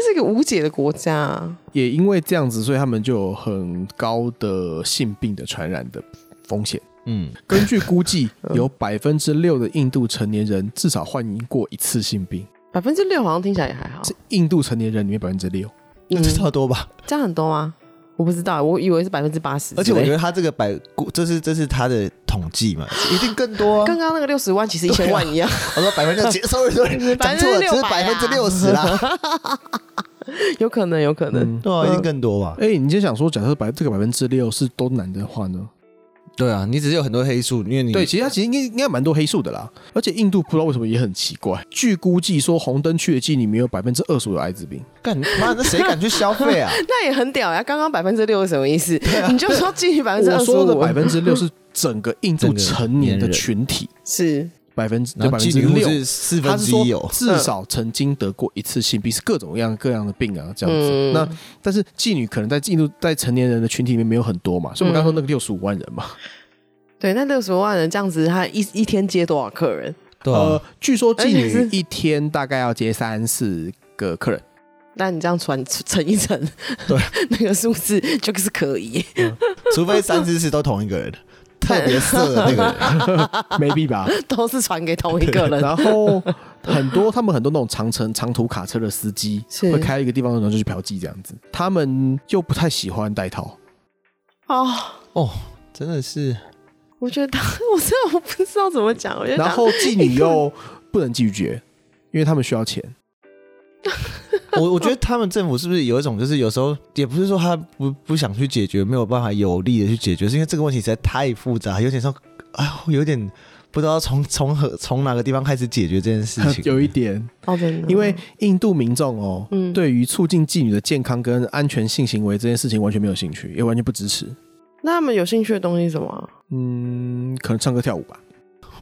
Speaker 3: 是一个无解的国家啊！
Speaker 2: 也因为这样子，所以他们就有很高的性病的传染的风险。
Speaker 1: 嗯，
Speaker 2: 根据估计，有百分之六的印度成年人至少患过一次性病，
Speaker 3: 百分之六好像听起来也还好，
Speaker 2: 是印度成年人里面百分之六。
Speaker 1: 那
Speaker 3: 嗯
Speaker 1: 这差不多吧。
Speaker 3: 这样很多吗？我不知道，我以为是百分之八十。
Speaker 1: 而且我觉得他这个百，这是这是他的统计嘛，一定更多、啊
Speaker 3: 刚。刚那个六十万其实一千万一样，
Speaker 1: 我说百分之六，sorry sorry，讲错了，只是百分之六十啦，
Speaker 3: 有可能，有可能。
Speaker 2: 嗯
Speaker 1: 对啊，一定更多吧？
Speaker 2: 哎、你就想说，假设百这个百分之六是都男的话呢？
Speaker 1: 对啊，你只是有很多黑数，因为你
Speaker 2: 对，其实它其实应该应该蛮多黑数的啦。而且印度不知道为什么也很奇怪，据估计说红灯区的妓女没有百分之二十五的艾滋病。
Speaker 1: 干妈那谁敢去消费啊？
Speaker 3: 那也很屌呀！刚刚百分之六是什么意思？你就说基于百分之
Speaker 2: 我
Speaker 3: 二十
Speaker 2: 说的
Speaker 3: 五，
Speaker 2: 百分之六是整个印度
Speaker 1: 整个
Speaker 2: 成年的
Speaker 1: 年人
Speaker 2: 群体，
Speaker 3: 是
Speaker 2: 百分之
Speaker 1: 然后
Speaker 2: 百分
Speaker 1: 妓
Speaker 2: 之
Speaker 1: 女户
Speaker 2: 六。
Speaker 1: 是四
Speaker 2: 他
Speaker 1: 分之
Speaker 2: 是
Speaker 1: 一哦
Speaker 2: 说
Speaker 1: 有，
Speaker 2: 至少曾经得过一次性病，是各种各样各样的病啊，这样子。
Speaker 3: 嗯
Speaker 2: 那但是妓女可能在印度在成年人的群体里面没有很多
Speaker 3: 嗯
Speaker 2: 嘛，所以我们刚刚说那个六十五万人嘛，
Speaker 3: 对。那六十万人这样子，他一一天接多少客人？
Speaker 1: 对啊
Speaker 2: 呃，据说妓
Speaker 3: 而且哎是
Speaker 2: 女一天大概要接三四个客人。
Speaker 3: 那你这样传乘一乘，
Speaker 1: 对
Speaker 3: 那个数字就是可以。
Speaker 1: 除非三四次都同一个人，特别色的那个人，
Speaker 2: maybe 吧。
Speaker 3: 都是传给同一个人。
Speaker 2: 然 后很多他们很多那种长城长途卡车的司机
Speaker 3: 是
Speaker 2: 会开一个地方，然后就去嫖妓这样子。他们又不太喜欢戴套，
Speaker 3: 哦，
Speaker 1: 哦，真的是
Speaker 3: 我觉得我真的我不知道怎么讲，我觉得
Speaker 2: 然后妓女
Speaker 3: 哎
Speaker 2: 又不能拒绝，因为他们需要钱。
Speaker 1: 我我觉得他们政府是不是有一种，就是有时候也不是说他不不想去解决，没有办法有力的去解决，是因为这个问题实在太复杂，有点像，哎呦，有点不知道从 从何从哪个地方开始解决这件事 情。
Speaker 2: 有一点，
Speaker 3: 哦，真的，
Speaker 2: 因为印度民众哦，
Speaker 3: 嗯
Speaker 2: 对于促进妓女的健康跟安全性行为这件事情完全没有兴趣，也完全不支持。
Speaker 3: 那他们有兴趣的东西是什么啊？
Speaker 2: 嗯，可能唱歌跳舞吧。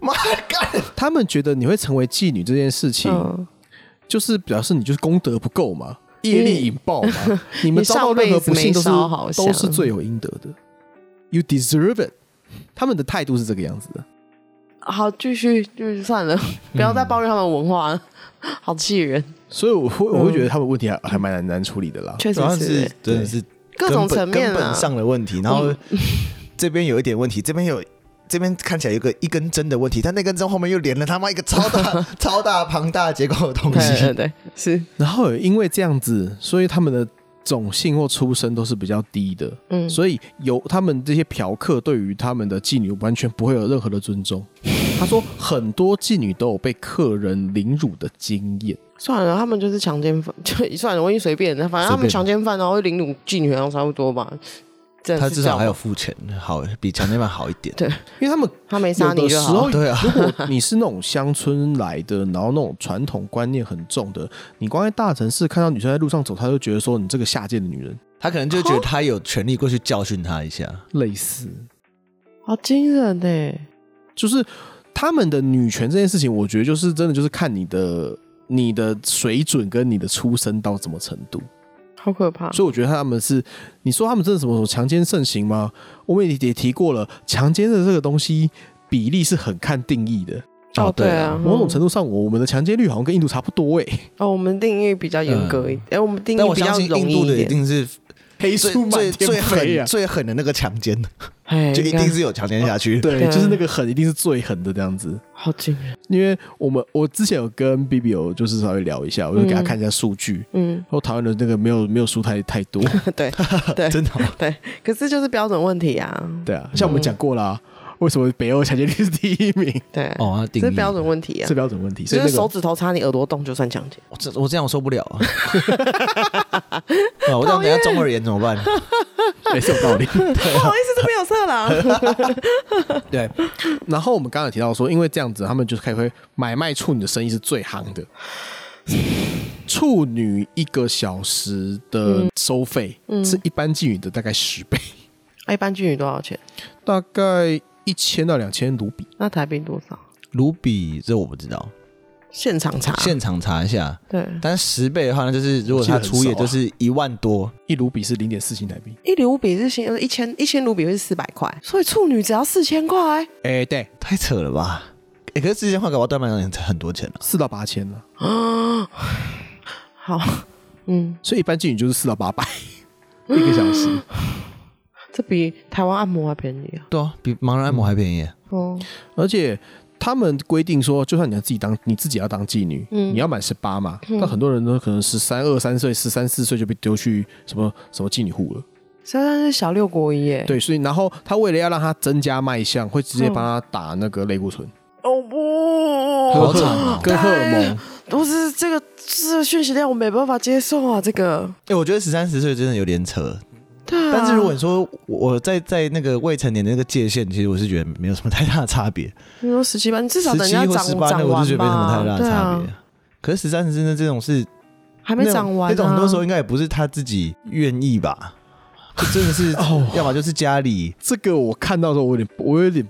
Speaker 1: 妈干，
Speaker 2: 他们觉得你会成为妓女这件事情，
Speaker 3: 嗯，
Speaker 2: 就是表示你就是功德不够嘛，业力引爆嘛， 你们遭到任何不幸都
Speaker 3: 你上辈子没烧好
Speaker 2: 是
Speaker 3: 香
Speaker 2: 都是罪有应得的，You deserve it。他们的态度是这个样子的，
Speaker 3: 好，继续，就是算了，不要再抱怨他们文化了，好气人，
Speaker 2: 所以我会我会觉得他们问题还还蛮难难处理的啦。
Speaker 3: 确
Speaker 1: 主要是
Speaker 3: 实是
Speaker 1: 真的是
Speaker 3: 各种
Speaker 1: 根本
Speaker 3: 层面
Speaker 1: 根本
Speaker 3: 啊。
Speaker 1: 上的问题，然后
Speaker 3: 嗯
Speaker 1: 这边有一点问题，这边有这边看起来有个一根针的问题，但那根针后面又连了他妈一个超大、 超大、庞大结构的东
Speaker 3: 对对
Speaker 1: 西。
Speaker 3: 对，是，
Speaker 2: 然后也因为这样子，所以他们的种姓或出身都是比较低的，
Speaker 3: 嗯，
Speaker 2: 所以有他们这些嫖客对于他们的妓女完全不会有任何的尊重。他说，很多妓女都有被客人凌辱的经验。
Speaker 3: 算了，他们就是强奸犯， 就算了，我已经随便了，反正他
Speaker 1: 随
Speaker 3: 们
Speaker 1: 便
Speaker 3: 强奸犯然后凌辱妓女，然后差不多吧。真的
Speaker 1: 他
Speaker 3: 是
Speaker 1: 至
Speaker 3: 这
Speaker 1: 少
Speaker 3: 样
Speaker 1: 还有付钱，好比强奸犯好一点。
Speaker 3: 对
Speaker 2: 因为他们
Speaker 3: 他没杀
Speaker 2: 有
Speaker 3: 你
Speaker 2: 的时
Speaker 3: 就好
Speaker 2: 候，
Speaker 3: 了，
Speaker 1: 对啊
Speaker 2: 如果你是那种乡村来的，然后那种传统观念很重的，你光在大城市看到女生在路上走，他就觉得说你这个下贱的女人，
Speaker 1: 他可能就觉得他有权利过去教训他一下。
Speaker 2: 类似
Speaker 3: 好惊人欸呢、
Speaker 2: 就是他们的女权这件事情，我觉得就是真的就是看你的你的水准跟你的出身到什么程度。
Speaker 3: 嗯好可怕。
Speaker 2: 所以我觉得他们是，你说他们真的什么什么强奸盛行吗？我们也也提过了，强奸的这个东西比例是很看定义的。
Speaker 3: 哦，对
Speaker 1: 啊
Speaker 3: 啊，，
Speaker 2: 某种
Speaker 3: 嗯
Speaker 2: 程度上，我我们的强奸率好像跟印度差不多欸诶、
Speaker 3: 哦，我们定义比较严格一点，哎、我们
Speaker 1: 嗯
Speaker 3: 定
Speaker 1: 但
Speaker 3: 义
Speaker 1: 我
Speaker 3: 比较
Speaker 1: 相信
Speaker 3: 容
Speaker 1: 印
Speaker 3: 易
Speaker 1: 度的一
Speaker 3: 点，
Speaker 1: 定是
Speaker 2: 黑
Speaker 1: 最
Speaker 2: 数满
Speaker 1: 最
Speaker 2: 天
Speaker 1: 最
Speaker 2: 飞
Speaker 1: 狠、
Speaker 2: 啊！
Speaker 1: 最狠的那个强奸，
Speaker 3: 哎，
Speaker 1: 就一
Speaker 3: 应该
Speaker 1: 定是有强奸下去。
Speaker 2: 对，
Speaker 3: 对啊
Speaker 2: 就是那个狠一定是最狠的这样子。
Speaker 3: 好惊人。
Speaker 2: 因为我们我之前有跟 B B 有就是稍微聊一下，我就给他看一下数据，
Speaker 3: 嗯，
Speaker 2: 然后台湾的那个没有没有输太太 多，
Speaker 3: 对对
Speaker 1: 真的哦，
Speaker 3: 对，可是就是标准问题啊，
Speaker 2: 对啊，像我们讲过啦、为什么北欧强奸率是第 一名？
Speaker 3: 对，
Speaker 1: 哦他定义
Speaker 3: 这是标准问题啊
Speaker 2: 是，标准问题，所以
Speaker 3: 就
Speaker 2: 那
Speaker 3: 是
Speaker 2: 个
Speaker 3: 手指头插你耳朵洞就算强 奸。
Speaker 1: 我哦这我这样我受不了 啊！啊我这样等下中耳炎怎么 办？
Speaker 2: 也是有 道理。
Speaker 3: 不哦好意思，这边有色 狼。
Speaker 2: 对，然后我们刚刚有提到说，因为这样子，他们就是开会买卖处女的生意是最行 的。处女一个小时的
Speaker 3: 嗯
Speaker 2: 收费、是一般妓女的大概十倍，
Speaker 3: 哎一般妓女多少钱？
Speaker 2: 大概一千到两千卢比。
Speaker 3: 那台币多少？
Speaker 1: 卢比这我不知道，
Speaker 3: 现场查。
Speaker 1: 现场查一下。
Speaker 3: 对，
Speaker 1: 但十倍的话，那就是如果他出
Speaker 2: 我记
Speaker 1: 野
Speaker 2: 得很少啊
Speaker 1: 就是一万多，
Speaker 2: 一卢比是零点四新台币。
Speaker 3: 一卢比是新，一千一千卢比会是四百块，所以处女只要四千 块，
Speaker 2: 哎、对，
Speaker 1: 太扯了吧？哎，可是之前换搞不好对半人很多钱啊了。
Speaker 2: 四到八千啊了，
Speaker 3: 好，嗯，
Speaker 2: 所以一般妓女就是四到八百 一个小时。
Speaker 3: 这比台湾按摩还便宜啊。
Speaker 1: 对啊，比盲人按摩还便宜。啊
Speaker 3: 哦，
Speaker 2: 而且他们规定说，就算你要自己当，你自己要当妓女，
Speaker 3: 嗯
Speaker 2: 你要满十八嘛。但很多人都可能十三、二三岁、十三四岁就被丢去什么什么妓女户了。
Speaker 3: 虽然是小六国一耶。
Speaker 2: 对，所以然后他为了要让他增加卖相，会直接帮他打那个类固醇、
Speaker 3: 哦
Speaker 1: 好
Speaker 3: 不，
Speaker 1: 惨哦
Speaker 2: 跟荷尔蒙。
Speaker 3: 我是这个这个讯息量我没办法接受啊，这个。
Speaker 1: 哎，我觉得十三十岁真的有点扯。
Speaker 3: 对啊。
Speaker 1: 但是如果你说我在在那个未成年的那个界限，其实我是觉得没有什么太大的差别。
Speaker 3: 你说十七班，你 至少
Speaker 1: 十
Speaker 3: 等人
Speaker 1: 七
Speaker 3: 家
Speaker 1: 或
Speaker 3: 长
Speaker 1: 十八，那
Speaker 3: 长
Speaker 1: 我就觉
Speaker 3: 完
Speaker 1: 得没什么太
Speaker 3: 吧，
Speaker 1: 大
Speaker 3: 对
Speaker 1: 的差
Speaker 3: 啊
Speaker 1: 别。，可是十三十四的这种是
Speaker 3: 还没
Speaker 1: 那种
Speaker 3: 长完啊。
Speaker 1: 那种很多时候应该也不是他自己愿意吧，就真的 是
Speaker 2: 哦，
Speaker 1: 要么就是家里
Speaker 2: 这个我看到的时候，我有点我有点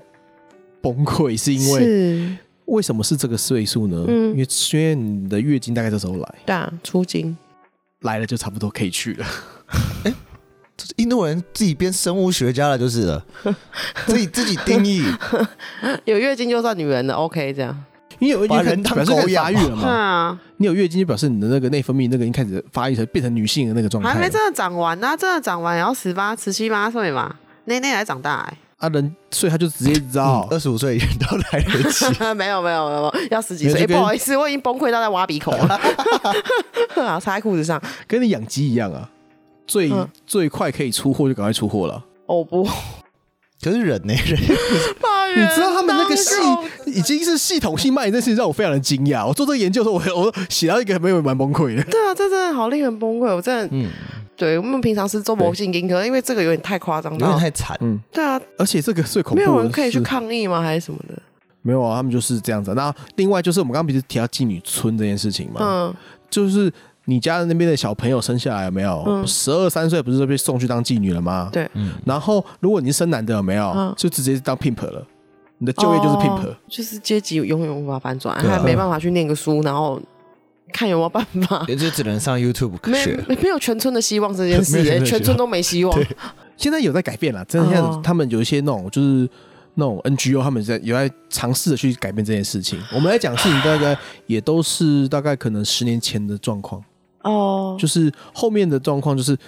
Speaker 2: 崩溃，是因为
Speaker 3: 是
Speaker 2: 为什么是这个岁数呢？
Speaker 3: 嗯
Speaker 2: 因为因为你的月经大概这时候来，
Speaker 3: 对啊，出金
Speaker 2: 来了就差不多可以去 了。
Speaker 1: 印度人自己变生物学家了，就是 了，自己自己定义，
Speaker 3: 有月经就算女人了，OK 这样。
Speaker 2: 因为有月经
Speaker 1: 把人当
Speaker 2: 表示
Speaker 1: 狗
Speaker 2: 开始发
Speaker 1: 养
Speaker 2: 育了嘛，
Speaker 3: 啊，
Speaker 2: 你有月经就表示你的那个内分泌那个已经开始发育成变成女性的那个状态
Speaker 3: 还
Speaker 2: 了。
Speaker 3: 没真的长完啊，真的长完也要十八、十七八岁嘛，内内才 长大欸
Speaker 2: 啊人，所以他就直接知道
Speaker 3: 嗯
Speaker 1: 二十五岁人都来得 及。
Speaker 3: 哎、没有没有没有，要十几岁、
Speaker 2: 没有这
Speaker 3: 哎不
Speaker 2: 跟
Speaker 3: 好意思，我已经崩溃到在挖鼻孔 了，好插在裤子上。
Speaker 2: 跟你养鸡一样啊，最、
Speaker 3: 嗯
Speaker 2: 最快可以出货就赶快出货了。
Speaker 3: 哦不，
Speaker 1: 可是人呢、人
Speaker 3: 把
Speaker 2: 你
Speaker 3: 人
Speaker 2: 知道他们那个系
Speaker 3: 嗯当狗
Speaker 2: 已经是系统性卖淫这件事情让我非常的惊讶。我做这个研究的时候，我我写到一个没有蛮崩溃的。
Speaker 3: 对啊，这真的好令人崩溃。我真的，
Speaker 1: 嗯
Speaker 3: 对我们平常是周某性金科，因为这个有点太夸张
Speaker 1: 有点
Speaker 3: 到，
Speaker 1: 太惨。
Speaker 2: 嗯，
Speaker 3: 对啊，
Speaker 2: 而且这个最恐怖
Speaker 3: 没
Speaker 2: 的是，
Speaker 3: 有人可以去抗议吗？还是什么的？
Speaker 2: 没有啊，他们就是这样子。那另外就是我们刚刚不是提到妓女村这件事情嘛，
Speaker 3: 嗯，
Speaker 2: 就是你家那边的小朋友生下来有没有？
Speaker 3: 嗯
Speaker 2: 十二三岁不是都被送去当妓女了吗？
Speaker 3: 对。
Speaker 2: 然后如果你是生男的有没有？
Speaker 3: 嗯
Speaker 2: 就直接当 pimp 了，你的就业就是 pimp。
Speaker 3: 哦就是阶级永远无法反转，
Speaker 1: 对啊
Speaker 3: 还没办法去念个书，然后看有没有办法。
Speaker 1: 也就只能上 YouTube
Speaker 3: 没
Speaker 1: 学。
Speaker 3: 没没有全村的希望这件事 欸
Speaker 1: 没有，全村的希望
Speaker 3: 全村都没希望。
Speaker 2: 现在有在改变了，真的，现在
Speaker 3: 哦
Speaker 2: 他们有一些那种就是。那种 NGO 他们在有在尝试的去改变这件事情。我们来讲事情大概也都是大概可能十年前的状况，
Speaker 3: 哦，
Speaker 2: 就是后面的状况就是比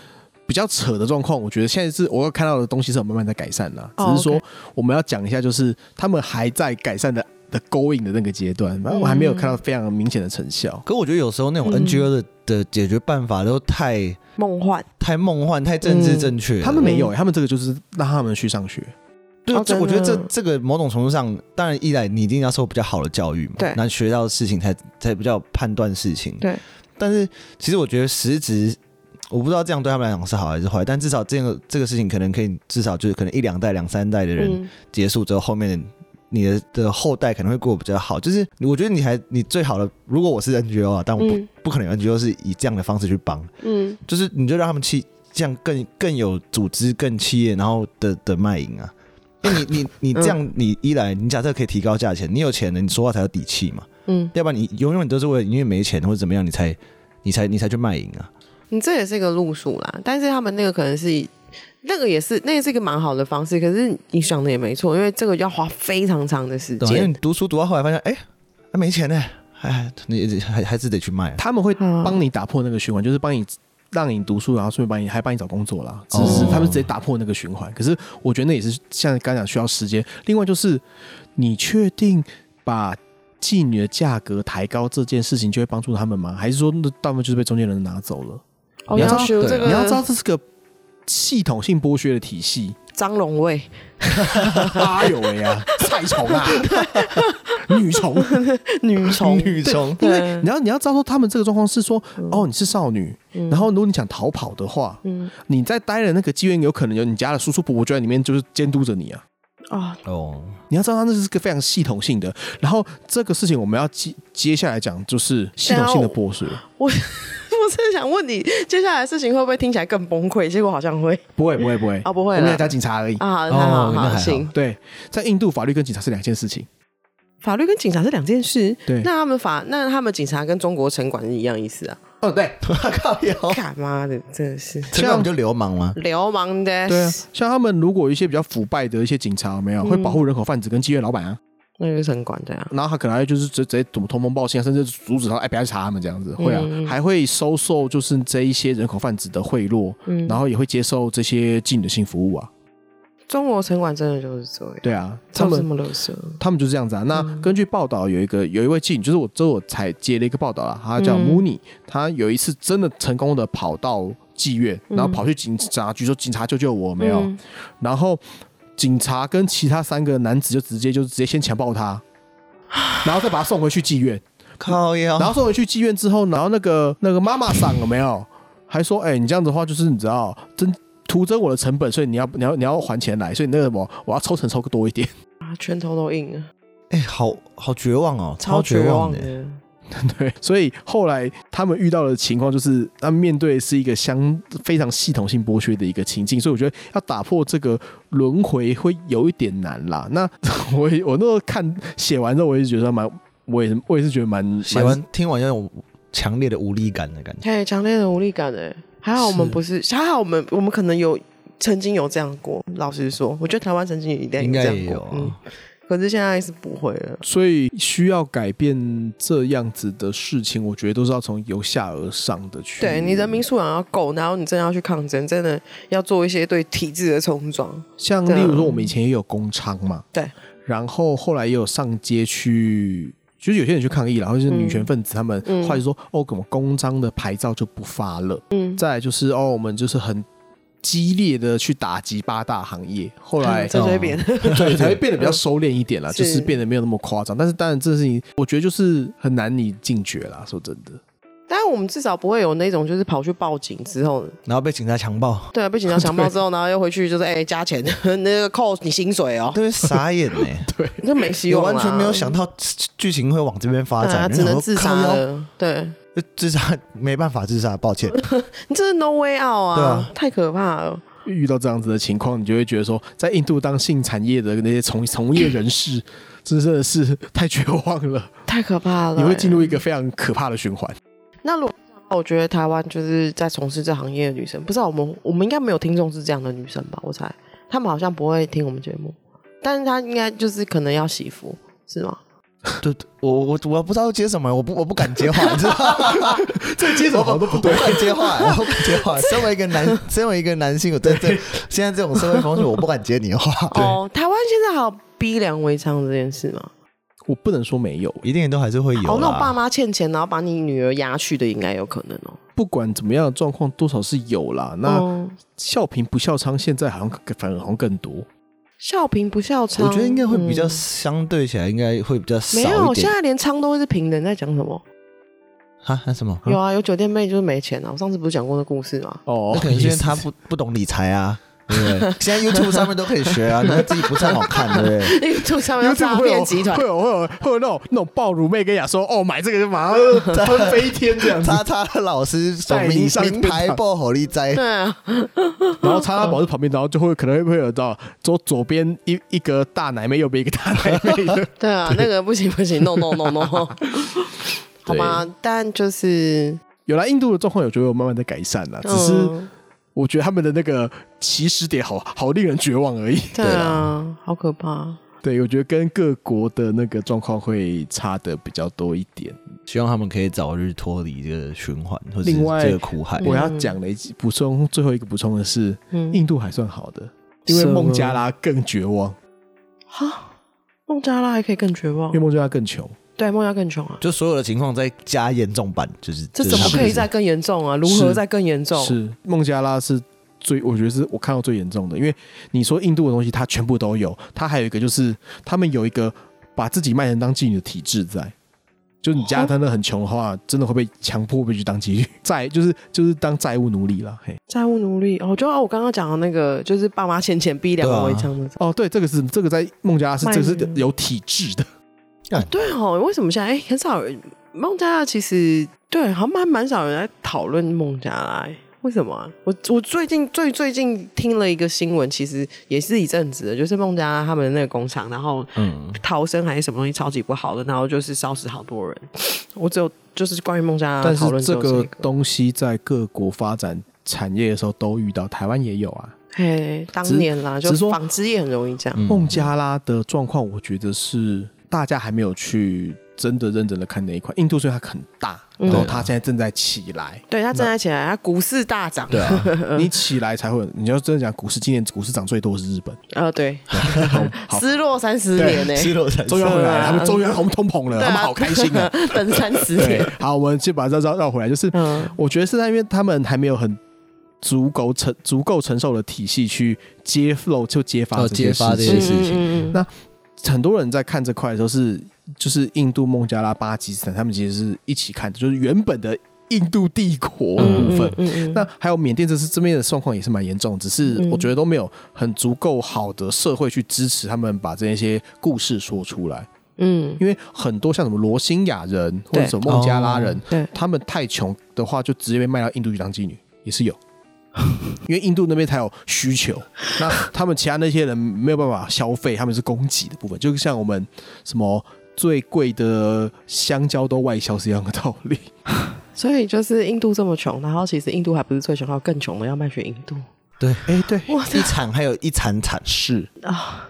Speaker 2: 比较扯的状况，我觉得现在是我看到的东西是有慢慢在改善啦，只
Speaker 3: 哦
Speaker 2: 是说
Speaker 3: OK
Speaker 2: 我们要讲一下，就是他们还在改善的的勾引的那个阶段，我还没有看到非常明显的成效。
Speaker 1: 可我觉得有时候那种
Speaker 3: 嗯
Speaker 1: NGO 的、的解决办法都太
Speaker 3: 梦幻
Speaker 1: 太梦幻、太政治正确了、
Speaker 2: 他们没有、欸，他们这个就是让他们去上学，
Speaker 1: 对，
Speaker 3: 哦
Speaker 1: 这
Speaker 3: 真
Speaker 1: 我觉得这
Speaker 3: 的
Speaker 1: 这个某种程度上，当然一来你一定要受比较好的教育嘛，
Speaker 3: 对
Speaker 1: 那学到事情才才比较判断事情。
Speaker 3: 对，
Speaker 1: 但是其实我觉得实质，我不知道这样对他们来讲是好还是坏，但至少这个这个事情可能可以，至少就是可能一两代、两三代的人
Speaker 3: 嗯
Speaker 1: 结束之后，后面的你的的后代可能会过得比较好。就是我觉得你还你最好的，如果我是 NGO 啊，但我不、
Speaker 3: 嗯
Speaker 1: 不可能 NGO 是以这样的方式去帮，
Speaker 3: 嗯，
Speaker 1: 就是你就让他们企这样更更有组织、更企业，然后的的卖淫啊。因为你 你你这样，你一来你假设可以提高价钱，你有钱了，你说话才有底气嘛，
Speaker 3: 嗯，
Speaker 1: 要不然你永远都是为了因为没钱或者怎么样，你才你才你才去卖淫啊。
Speaker 3: 你这也是一个路数啦，但是他们那个可能是。那个也是，那个是一个蛮好的方式，可是你想的也没错，因为这个要花非常长的时
Speaker 1: 对啊，因为
Speaker 3: 间
Speaker 1: 你。读书读到后来发现，哎、啊没钱呢、哎，你还还是得去卖、啊。
Speaker 2: 他们会
Speaker 3: 嗯
Speaker 2: 帮你打破那个循环，就是帮你让你读书，然后顺便帮你还帮你找工作啦。只
Speaker 1: 哦
Speaker 2: 是他们直接打破那个循环。可是我觉得那也是像刚讲需要时间。另外就是，你确定把妓女的价格抬高这件事情就会帮助他们吗？还是说那大部分就是被中间人拿走了？
Speaker 3: 哦
Speaker 1: 你要
Speaker 3: 学
Speaker 1: 对啊
Speaker 3: 这个，
Speaker 2: 你要知道这是个系统性剥削的体系。
Speaker 3: 张龙卫，
Speaker 2: 哎呦喂呀，菜虫 啊，女虫。
Speaker 3: 女虫，
Speaker 1: 女虫，
Speaker 2: 因为你要你要知道说，他们这个状况是说，哦，你是少女，然后如果你想逃跑的话，
Speaker 3: 嗯
Speaker 2: 你在待的那个妓院，有可能有你家的叔叔伯伯就在里面，就是监督着你啊。
Speaker 3: 啊，
Speaker 1: 哦，
Speaker 2: 你要知道，它那是个非常系统性的。然后这个事情我们要接接下来讲，就是系统性的剥削。
Speaker 3: 我 我真的想问你，接下来的事情会不会听起来更崩溃？结果好像会
Speaker 2: 不会不会不会，
Speaker 3: 哦不会啦
Speaker 2: 我们要讲警察而已。
Speaker 3: 啊，
Speaker 1: 哦
Speaker 3: 那好
Speaker 1: 那还
Speaker 3: 好
Speaker 1: 好
Speaker 3: 行，
Speaker 2: 对，在印度法律跟警察是两件事情。
Speaker 3: 法律跟警察是两件事。
Speaker 2: 对
Speaker 3: 那他们法，那他们警察跟中国城管是一样意思啊？
Speaker 2: 哦，对
Speaker 1: 靠 腰，
Speaker 3: 干妈的，真的是
Speaker 1: 这样不就流氓吗？
Speaker 3: 流氓的。
Speaker 2: 对啊，像他们如果有一些比较腐败的一些警察，有
Speaker 3: 嗯
Speaker 2: 没有会保护人口贩子跟妓院老板啊？
Speaker 3: 那就是城管对啊。
Speaker 2: 然后他可能还就是直直接怎么通风报信啊，甚至阻止他，哎，不要去查他们这样子，会啊，
Speaker 3: 嗯
Speaker 2: 还会收受就是这一些人口贩子的贿赂，
Speaker 3: 嗯
Speaker 2: 然后也会接受这些妓女的性服务啊，
Speaker 3: 中国城管真的就是这样，嗯
Speaker 2: 对啊，他
Speaker 3: 他们这
Speaker 2: 们
Speaker 3: 么乐色。
Speaker 2: 他们就是这样子啊。那根据报道，有一个有一位妓女，就是我这我才接了一个报道啦，她叫
Speaker 3: 嗯
Speaker 2: Mooney，、她有一次真的成功的跑到妓院，然后跑去警察局说警察救救我，没有，
Speaker 3: 嗯
Speaker 2: 然后警察跟其他三个男子就直接就直接先强暴她，然后再把她送回去妓院。
Speaker 1: 靠腰，
Speaker 2: 然后送回去妓院之后，然后那个那个妈妈桑有没有还说，哎、你这样子的话就是你知道增徒增我的成本，所以你要你要你要还钱来，所以那个什么我要抽成抽个多一点。
Speaker 3: 啊，拳头都硬了，
Speaker 1: 哎、好好绝望哦，
Speaker 3: 超
Speaker 1: 绝
Speaker 3: 望
Speaker 1: 的。
Speaker 3: 的。
Speaker 2: 对，所以后来他们遇到的情况就是，他们面对的是一个相非常系统性剥削的一个情境，所以我觉得要打破这个轮回会有一点难啦。那 我也我那时候看写完之后，我也觉得蛮。我也是我也是觉得蛮蛮
Speaker 1: 写完听完要有强烈的无力感的感觉。
Speaker 3: 嘿，强烈的无力感哎，还好我们
Speaker 2: 是
Speaker 3: 不是，还好我们我们可能有曾经有这样过。老实说，我觉得台湾曾经一定
Speaker 1: 应
Speaker 3: 有
Speaker 1: 该
Speaker 3: 这
Speaker 1: 也
Speaker 3: 样
Speaker 1: 有
Speaker 3: 过
Speaker 1: 啊，
Speaker 3: 嗯，可是现在是不会了。
Speaker 2: 所以需要改变这样子的事情，我觉得都是要从由下而上的去。
Speaker 3: 对你人民素养要够，然后你真的要去抗争，真的要做一些对体制的冲撞。
Speaker 2: 像
Speaker 3: 对啊
Speaker 2: 例如说，我们以前也有工娼嘛，
Speaker 3: 对，
Speaker 2: 然后后来也有上街去，就是有些人去抗议啦，然后就是女权分子他们，
Speaker 3: 嗯
Speaker 2: 后来就说哦，我们工娼的牌照就不发了。
Speaker 3: 嗯，
Speaker 2: 再来就是哦，我们就是很激烈的去打击八大行业，后 来
Speaker 3: 陈水扁，
Speaker 2: 对，才会变得比较收敛一点啦，
Speaker 3: 是
Speaker 2: 就是变得没有那么夸张。但是当然，这事情我觉得就是很难以禁绝啦，说真的。
Speaker 3: 但是我们至少不会有那种就是跑去报警之后，
Speaker 1: 然后被警察强暴，
Speaker 3: 对，啊被警察强暴之后，然后又回去就是哎、加钱， 那个扣你薪 水哦，
Speaker 1: 对，傻眼 呢、
Speaker 3: 这没希
Speaker 1: 我
Speaker 3: 望啦啊
Speaker 1: 完全没有想到剧情会往这边发
Speaker 3: 对
Speaker 1: 展，
Speaker 3: 啊，
Speaker 1: 就
Speaker 3: 只
Speaker 1: 想
Speaker 3: 能
Speaker 1: 说
Speaker 3: 自杀。了。对，
Speaker 1: 靠腰自杀 没办法，自杀，抱歉。
Speaker 3: 你这是 no way out 啊，
Speaker 1: 对啊
Speaker 3: 太可怕了。
Speaker 2: 遇到这样子的情况，你就会觉得说，在印度当性产业的那些从从业人士，真的是太绝望了，
Speaker 3: 太可怕了、
Speaker 2: 你会进入一个非常可怕的循环。
Speaker 3: 那如果我觉得台湾就是在从事这行业的女生，不知道我们我们应该没有听众是这样的女生吧？我猜他们好像不会听我们节目，但是她应该就是可能要洗服是吗？
Speaker 1: 对，我我我不知道接什么，我不我不敢接话，你知道 吗？
Speaker 2: 这接什么好像都不
Speaker 1: 我
Speaker 2: 对
Speaker 1: 不。敢接话，我不敢接话。身为一个男，身为一个男性，我对这现在这种社会风气，我不敢接你 的话。
Speaker 3: 哦，台湾现在还有逼良为娼这件事吗？
Speaker 2: 我不能说没有，
Speaker 1: 一定都还是会有
Speaker 3: 哦，那我爸
Speaker 1: 啦。
Speaker 3: 妈欠钱，然后把你女儿押去的，应该有可能哦。
Speaker 2: 不管怎么样的状况，多少是有啦。那
Speaker 3: 哦
Speaker 2: 笑贫不笑娼，现在好像更反而好像更多。
Speaker 3: 笑贫不笑娼，
Speaker 1: 我觉得应该会比较
Speaker 3: 嗯
Speaker 1: 相对起来，应该会比较少
Speaker 3: 没
Speaker 1: 一
Speaker 3: 有，现
Speaker 1: 点。
Speaker 3: 在连娼都是平的，你在讲什么？
Speaker 1: 啊，那什么？
Speaker 3: 有啊，有酒店妹就是没钱啊。我上次不是讲过那故事吗？
Speaker 2: 哦
Speaker 1: 那可能是因为他不不懂理财啊，对不对？现在 YouTube 上面都可以学啊，那自己不太好看，对不 对？
Speaker 3: 因为就上
Speaker 2: 因
Speaker 3: 面要
Speaker 2: 为这个
Speaker 3: 诈
Speaker 2: 会
Speaker 3: 骗
Speaker 2: 有
Speaker 3: 集团
Speaker 2: 会，有会有会有那种那种暴乳妹跟雅说哦买这个就马上它飞天这样子，
Speaker 1: 他他老师什么
Speaker 2: 带你
Speaker 1: 名
Speaker 2: 上
Speaker 1: 名
Speaker 2: 天
Speaker 1: 牌
Speaker 2: 堂
Speaker 1: 爆火力灾，
Speaker 3: 对啊，
Speaker 2: 然后插到宝石旁边，然后就会可能会有到左左边一一个大奶妹，右边一个大奶妹的。
Speaker 3: 对啊，那个不行不行，no no no no，好吗？但就是，
Speaker 2: 有啦，印度的状况有觉得有慢慢在改善啦，只是
Speaker 3: 嗯
Speaker 2: 我觉得他们的那个起始点好好令人绝望而已。
Speaker 3: 对啊，好可怕。
Speaker 2: 对，我觉得跟各国的那个状况会差的比较多一点。
Speaker 1: 希望他们可以早日脱离这个循环或者
Speaker 2: 另外
Speaker 1: 这个苦海。
Speaker 2: 我要讲的一集补充最后一个补充的是，
Speaker 3: 嗯，
Speaker 2: 印度还算好的，因为
Speaker 3: 什么
Speaker 2: 孟加拉更绝望，
Speaker 3: 哈，孟加拉还可以更绝望
Speaker 2: 因为，孟加拉更穷。
Speaker 3: 对，孟加拉更穷啊。
Speaker 1: 就所有的情况再加严重版，就是
Speaker 3: 这怎么
Speaker 1: 是
Speaker 3: 可以再更严重啊？如何再更严重？
Speaker 2: 是孟加拉是最，我觉得是我看到最严重的，因为你说印度的东西，它全部都有，它还有一个就是他们有一个把自己卖人当妓女的体制在。就你家真的很穷的话，真的会被强迫被去当妓女，债就是就是当债务奴隶 了。嘿，
Speaker 3: 债务奴隶哦，就哦，我刚刚讲的那个，就是爸妈欠钱逼良
Speaker 1: 对啊
Speaker 3: 为娼的。
Speaker 2: 哦，对，这个是这个在孟加拉是
Speaker 3: 卖
Speaker 2: 这个是
Speaker 3: 人
Speaker 2: 有体制的，
Speaker 3: 对哦，为什么现在哎很少人孟加拉？其实对，好像还蛮少人在讨论孟加拉、哎为什么啊、我我最近最最近听了一个新闻，其实也是一阵子的，就是孟加拉他们那个工厂，然后
Speaker 1: 嗯，
Speaker 3: 逃生还是什么东西超级不好的，然后就是烧死好多人。 我只有就是关于孟加拉
Speaker 2: 但
Speaker 3: 啊讨
Speaker 2: 是
Speaker 3: 论
Speaker 2: 这
Speaker 3: 个
Speaker 2: 个东西在各国发展产业的时候都遇到，台湾也有啊。
Speaker 3: 嘿，当
Speaker 2: 只
Speaker 3: 年啦，就
Speaker 2: 只是说
Speaker 3: 纺织业很容易这
Speaker 1: 嗯
Speaker 3: 样。
Speaker 2: 孟加拉的状况，我觉得是大家还没有去真的认真的看那一块。印度虽然它很大，
Speaker 3: 嗯
Speaker 2: 然后它现在正在起来，
Speaker 3: 对他站在起来，他股市大涨。
Speaker 1: 对 啊，
Speaker 2: 你起来才会。你要真的讲股市，今年股市涨最多是日本，
Speaker 3: 呃，对，
Speaker 2: 好
Speaker 3: 失落三十年呢、
Speaker 1: 失落才
Speaker 2: 终于要回来
Speaker 3: 对
Speaker 2: 了，
Speaker 3: 啊
Speaker 2: 他们终于要红通膨了，
Speaker 3: 对啊
Speaker 2: 他们好开心啊！
Speaker 3: 等三十
Speaker 2: 对
Speaker 3: 年。，
Speaker 2: 好，我们先把这绕绕回来，就是
Speaker 3: 嗯，
Speaker 2: 我觉得是在因为他们还没有很。足够承足够承受的体系去揭露就揭发
Speaker 1: 哦
Speaker 2: 这
Speaker 1: 揭
Speaker 2: 件
Speaker 1: 发
Speaker 2: 事
Speaker 1: 这
Speaker 2: 情
Speaker 1: 件，事情
Speaker 3: 嗯嗯嗯
Speaker 2: 那很多人在看这块的时候是，就是印度、孟加拉、巴基斯坦，他们其实是一起看的，就是原本的印度帝国的部分。
Speaker 3: 嗯嗯嗯
Speaker 2: 那还有缅甸，这是这边的状况也是蛮严重，只是
Speaker 3: 嗯
Speaker 2: 我觉得都没有很足够好的社会去支持他们把这些故事说出来，
Speaker 3: 嗯，
Speaker 2: 因为很多像什么罗兴亚人或者什么孟加拉人，
Speaker 3: 对，哦
Speaker 2: 他们太穷的话，就直接被卖到印度去当妓女，也是有。 因为印度那边才有需求，那他们其他那些人没有办法消费，他们是供给的部分，就像我们什么最贵的香蕉都外销是一样的道 理。
Speaker 3: 所以就是印度这么穷，然后其实印度还不是最穷，还有更穷的要卖去印度
Speaker 1: 对，
Speaker 2: 哎、对，
Speaker 1: 一产还有一产产
Speaker 2: 是
Speaker 3: 啊。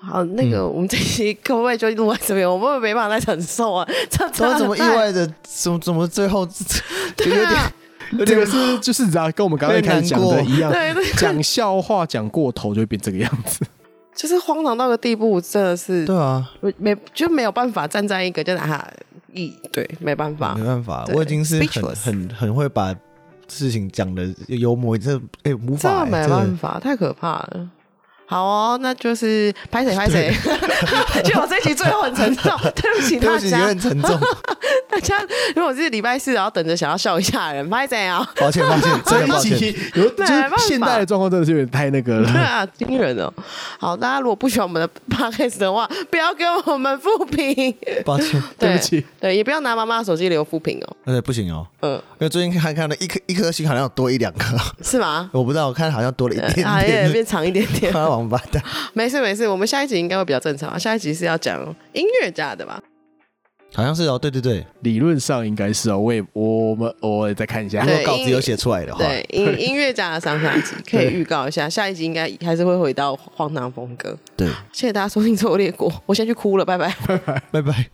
Speaker 3: 好，那个我们这期 可不可以就录在这边？我们没办法再承受啊，这
Speaker 1: 怎么
Speaker 3: 这
Speaker 1: 怎么意外的，怎么怎么最后有点
Speaker 3: 啊
Speaker 2: 这个是就是你知道，跟我们刚刚一开始讲
Speaker 1: 有
Speaker 2: 的
Speaker 1: 点难过
Speaker 2: 一样，
Speaker 3: 对对，
Speaker 2: 讲笑话讲过头就会变这个样 子。
Speaker 3: 就是荒唐到个地步，真的是
Speaker 1: 对啊，
Speaker 3: 我没就没有办法站在一个就是啊，一对没办法
Speaker 1: 没，办法，
Speaker 3: 啊对
Speaker 1: 我已经是很
Speaker 3: speechless
Speaker 1: 很很会把事情讲的幽默，这哎无
Speaker 3: 真
Speaker 1: 法
Speaker 3: 的
Speaker 1: 哎
Speaker 3: 没
Speaker 1: 真的
Speaker 3: 办法，太可怕了。好哦，那就是拍谁拍谁。 就我这一集最后很 沉重，对不起
Speaker 1: 对
Speaker 3: 大
Speaker 1: 不起，有
Speaker 3: 家
Speaker 1: 点。沉重，
Speaker 3: 大家如果是礼拜四，然后等着想要笑一下的人，拍 谁啊？
Speaker 1: 抱歉抱 歉，
Speaker 2: 这
Speaker 1: 真的抱
Speaker 2: 一
Speaker 1: 歉。
Speaker 2: 集有就
Speaker 3: 没办
Speaker 2: 是
Speaker 3: 法
Speaker 2: 现代的状况真的是有点太那个
Speaker 3: 对
Speaker 2: 了。
Speaker 3: 啊，惊人哦！好，大家如果不喜欢我们的 podcast 的话，不要给我们复 评，
Speaker 1: 抱歉，
Speaker 2: 对不起
Speaker 3: 对，也不要拿妈妈的手机留复评哦。
Speaker 1: 呃，不行哦，
Speaker 3: 嗯，
Speaker 1: 因为最近看看到一颗一颗星好像有多一两颗，
Speaker 3: 是吗？
Speaker 1: 我不知道，我看好像多了一 点
Speaker 3: 啊，也
Speaker 1: 点，
Speaker 3: 变长一点点。
Speaker 1: 他王八蛋。
Speaker 3: 没事没事，我们下一集应该会比较正常。下一集是要讲音乐家的吧？
Speaker 1: 好像是哦，对对对，
Speaker 2: 理论上应该是哦，我也我们偶尔再看一下
Speaker 1: 如。
Speaker 3: 对
Speaker 1: 果稿子有写出来的话，
Speaker 3: 对音音乐家的上下集可以预告一下，下一集应该还是会回到荒唐风格。
Speaker 1: 对，
Speaker 3: 谢谢大家收听《狩猎国》，我先去哭了，拜拜。
Speaker 1: 拜拜。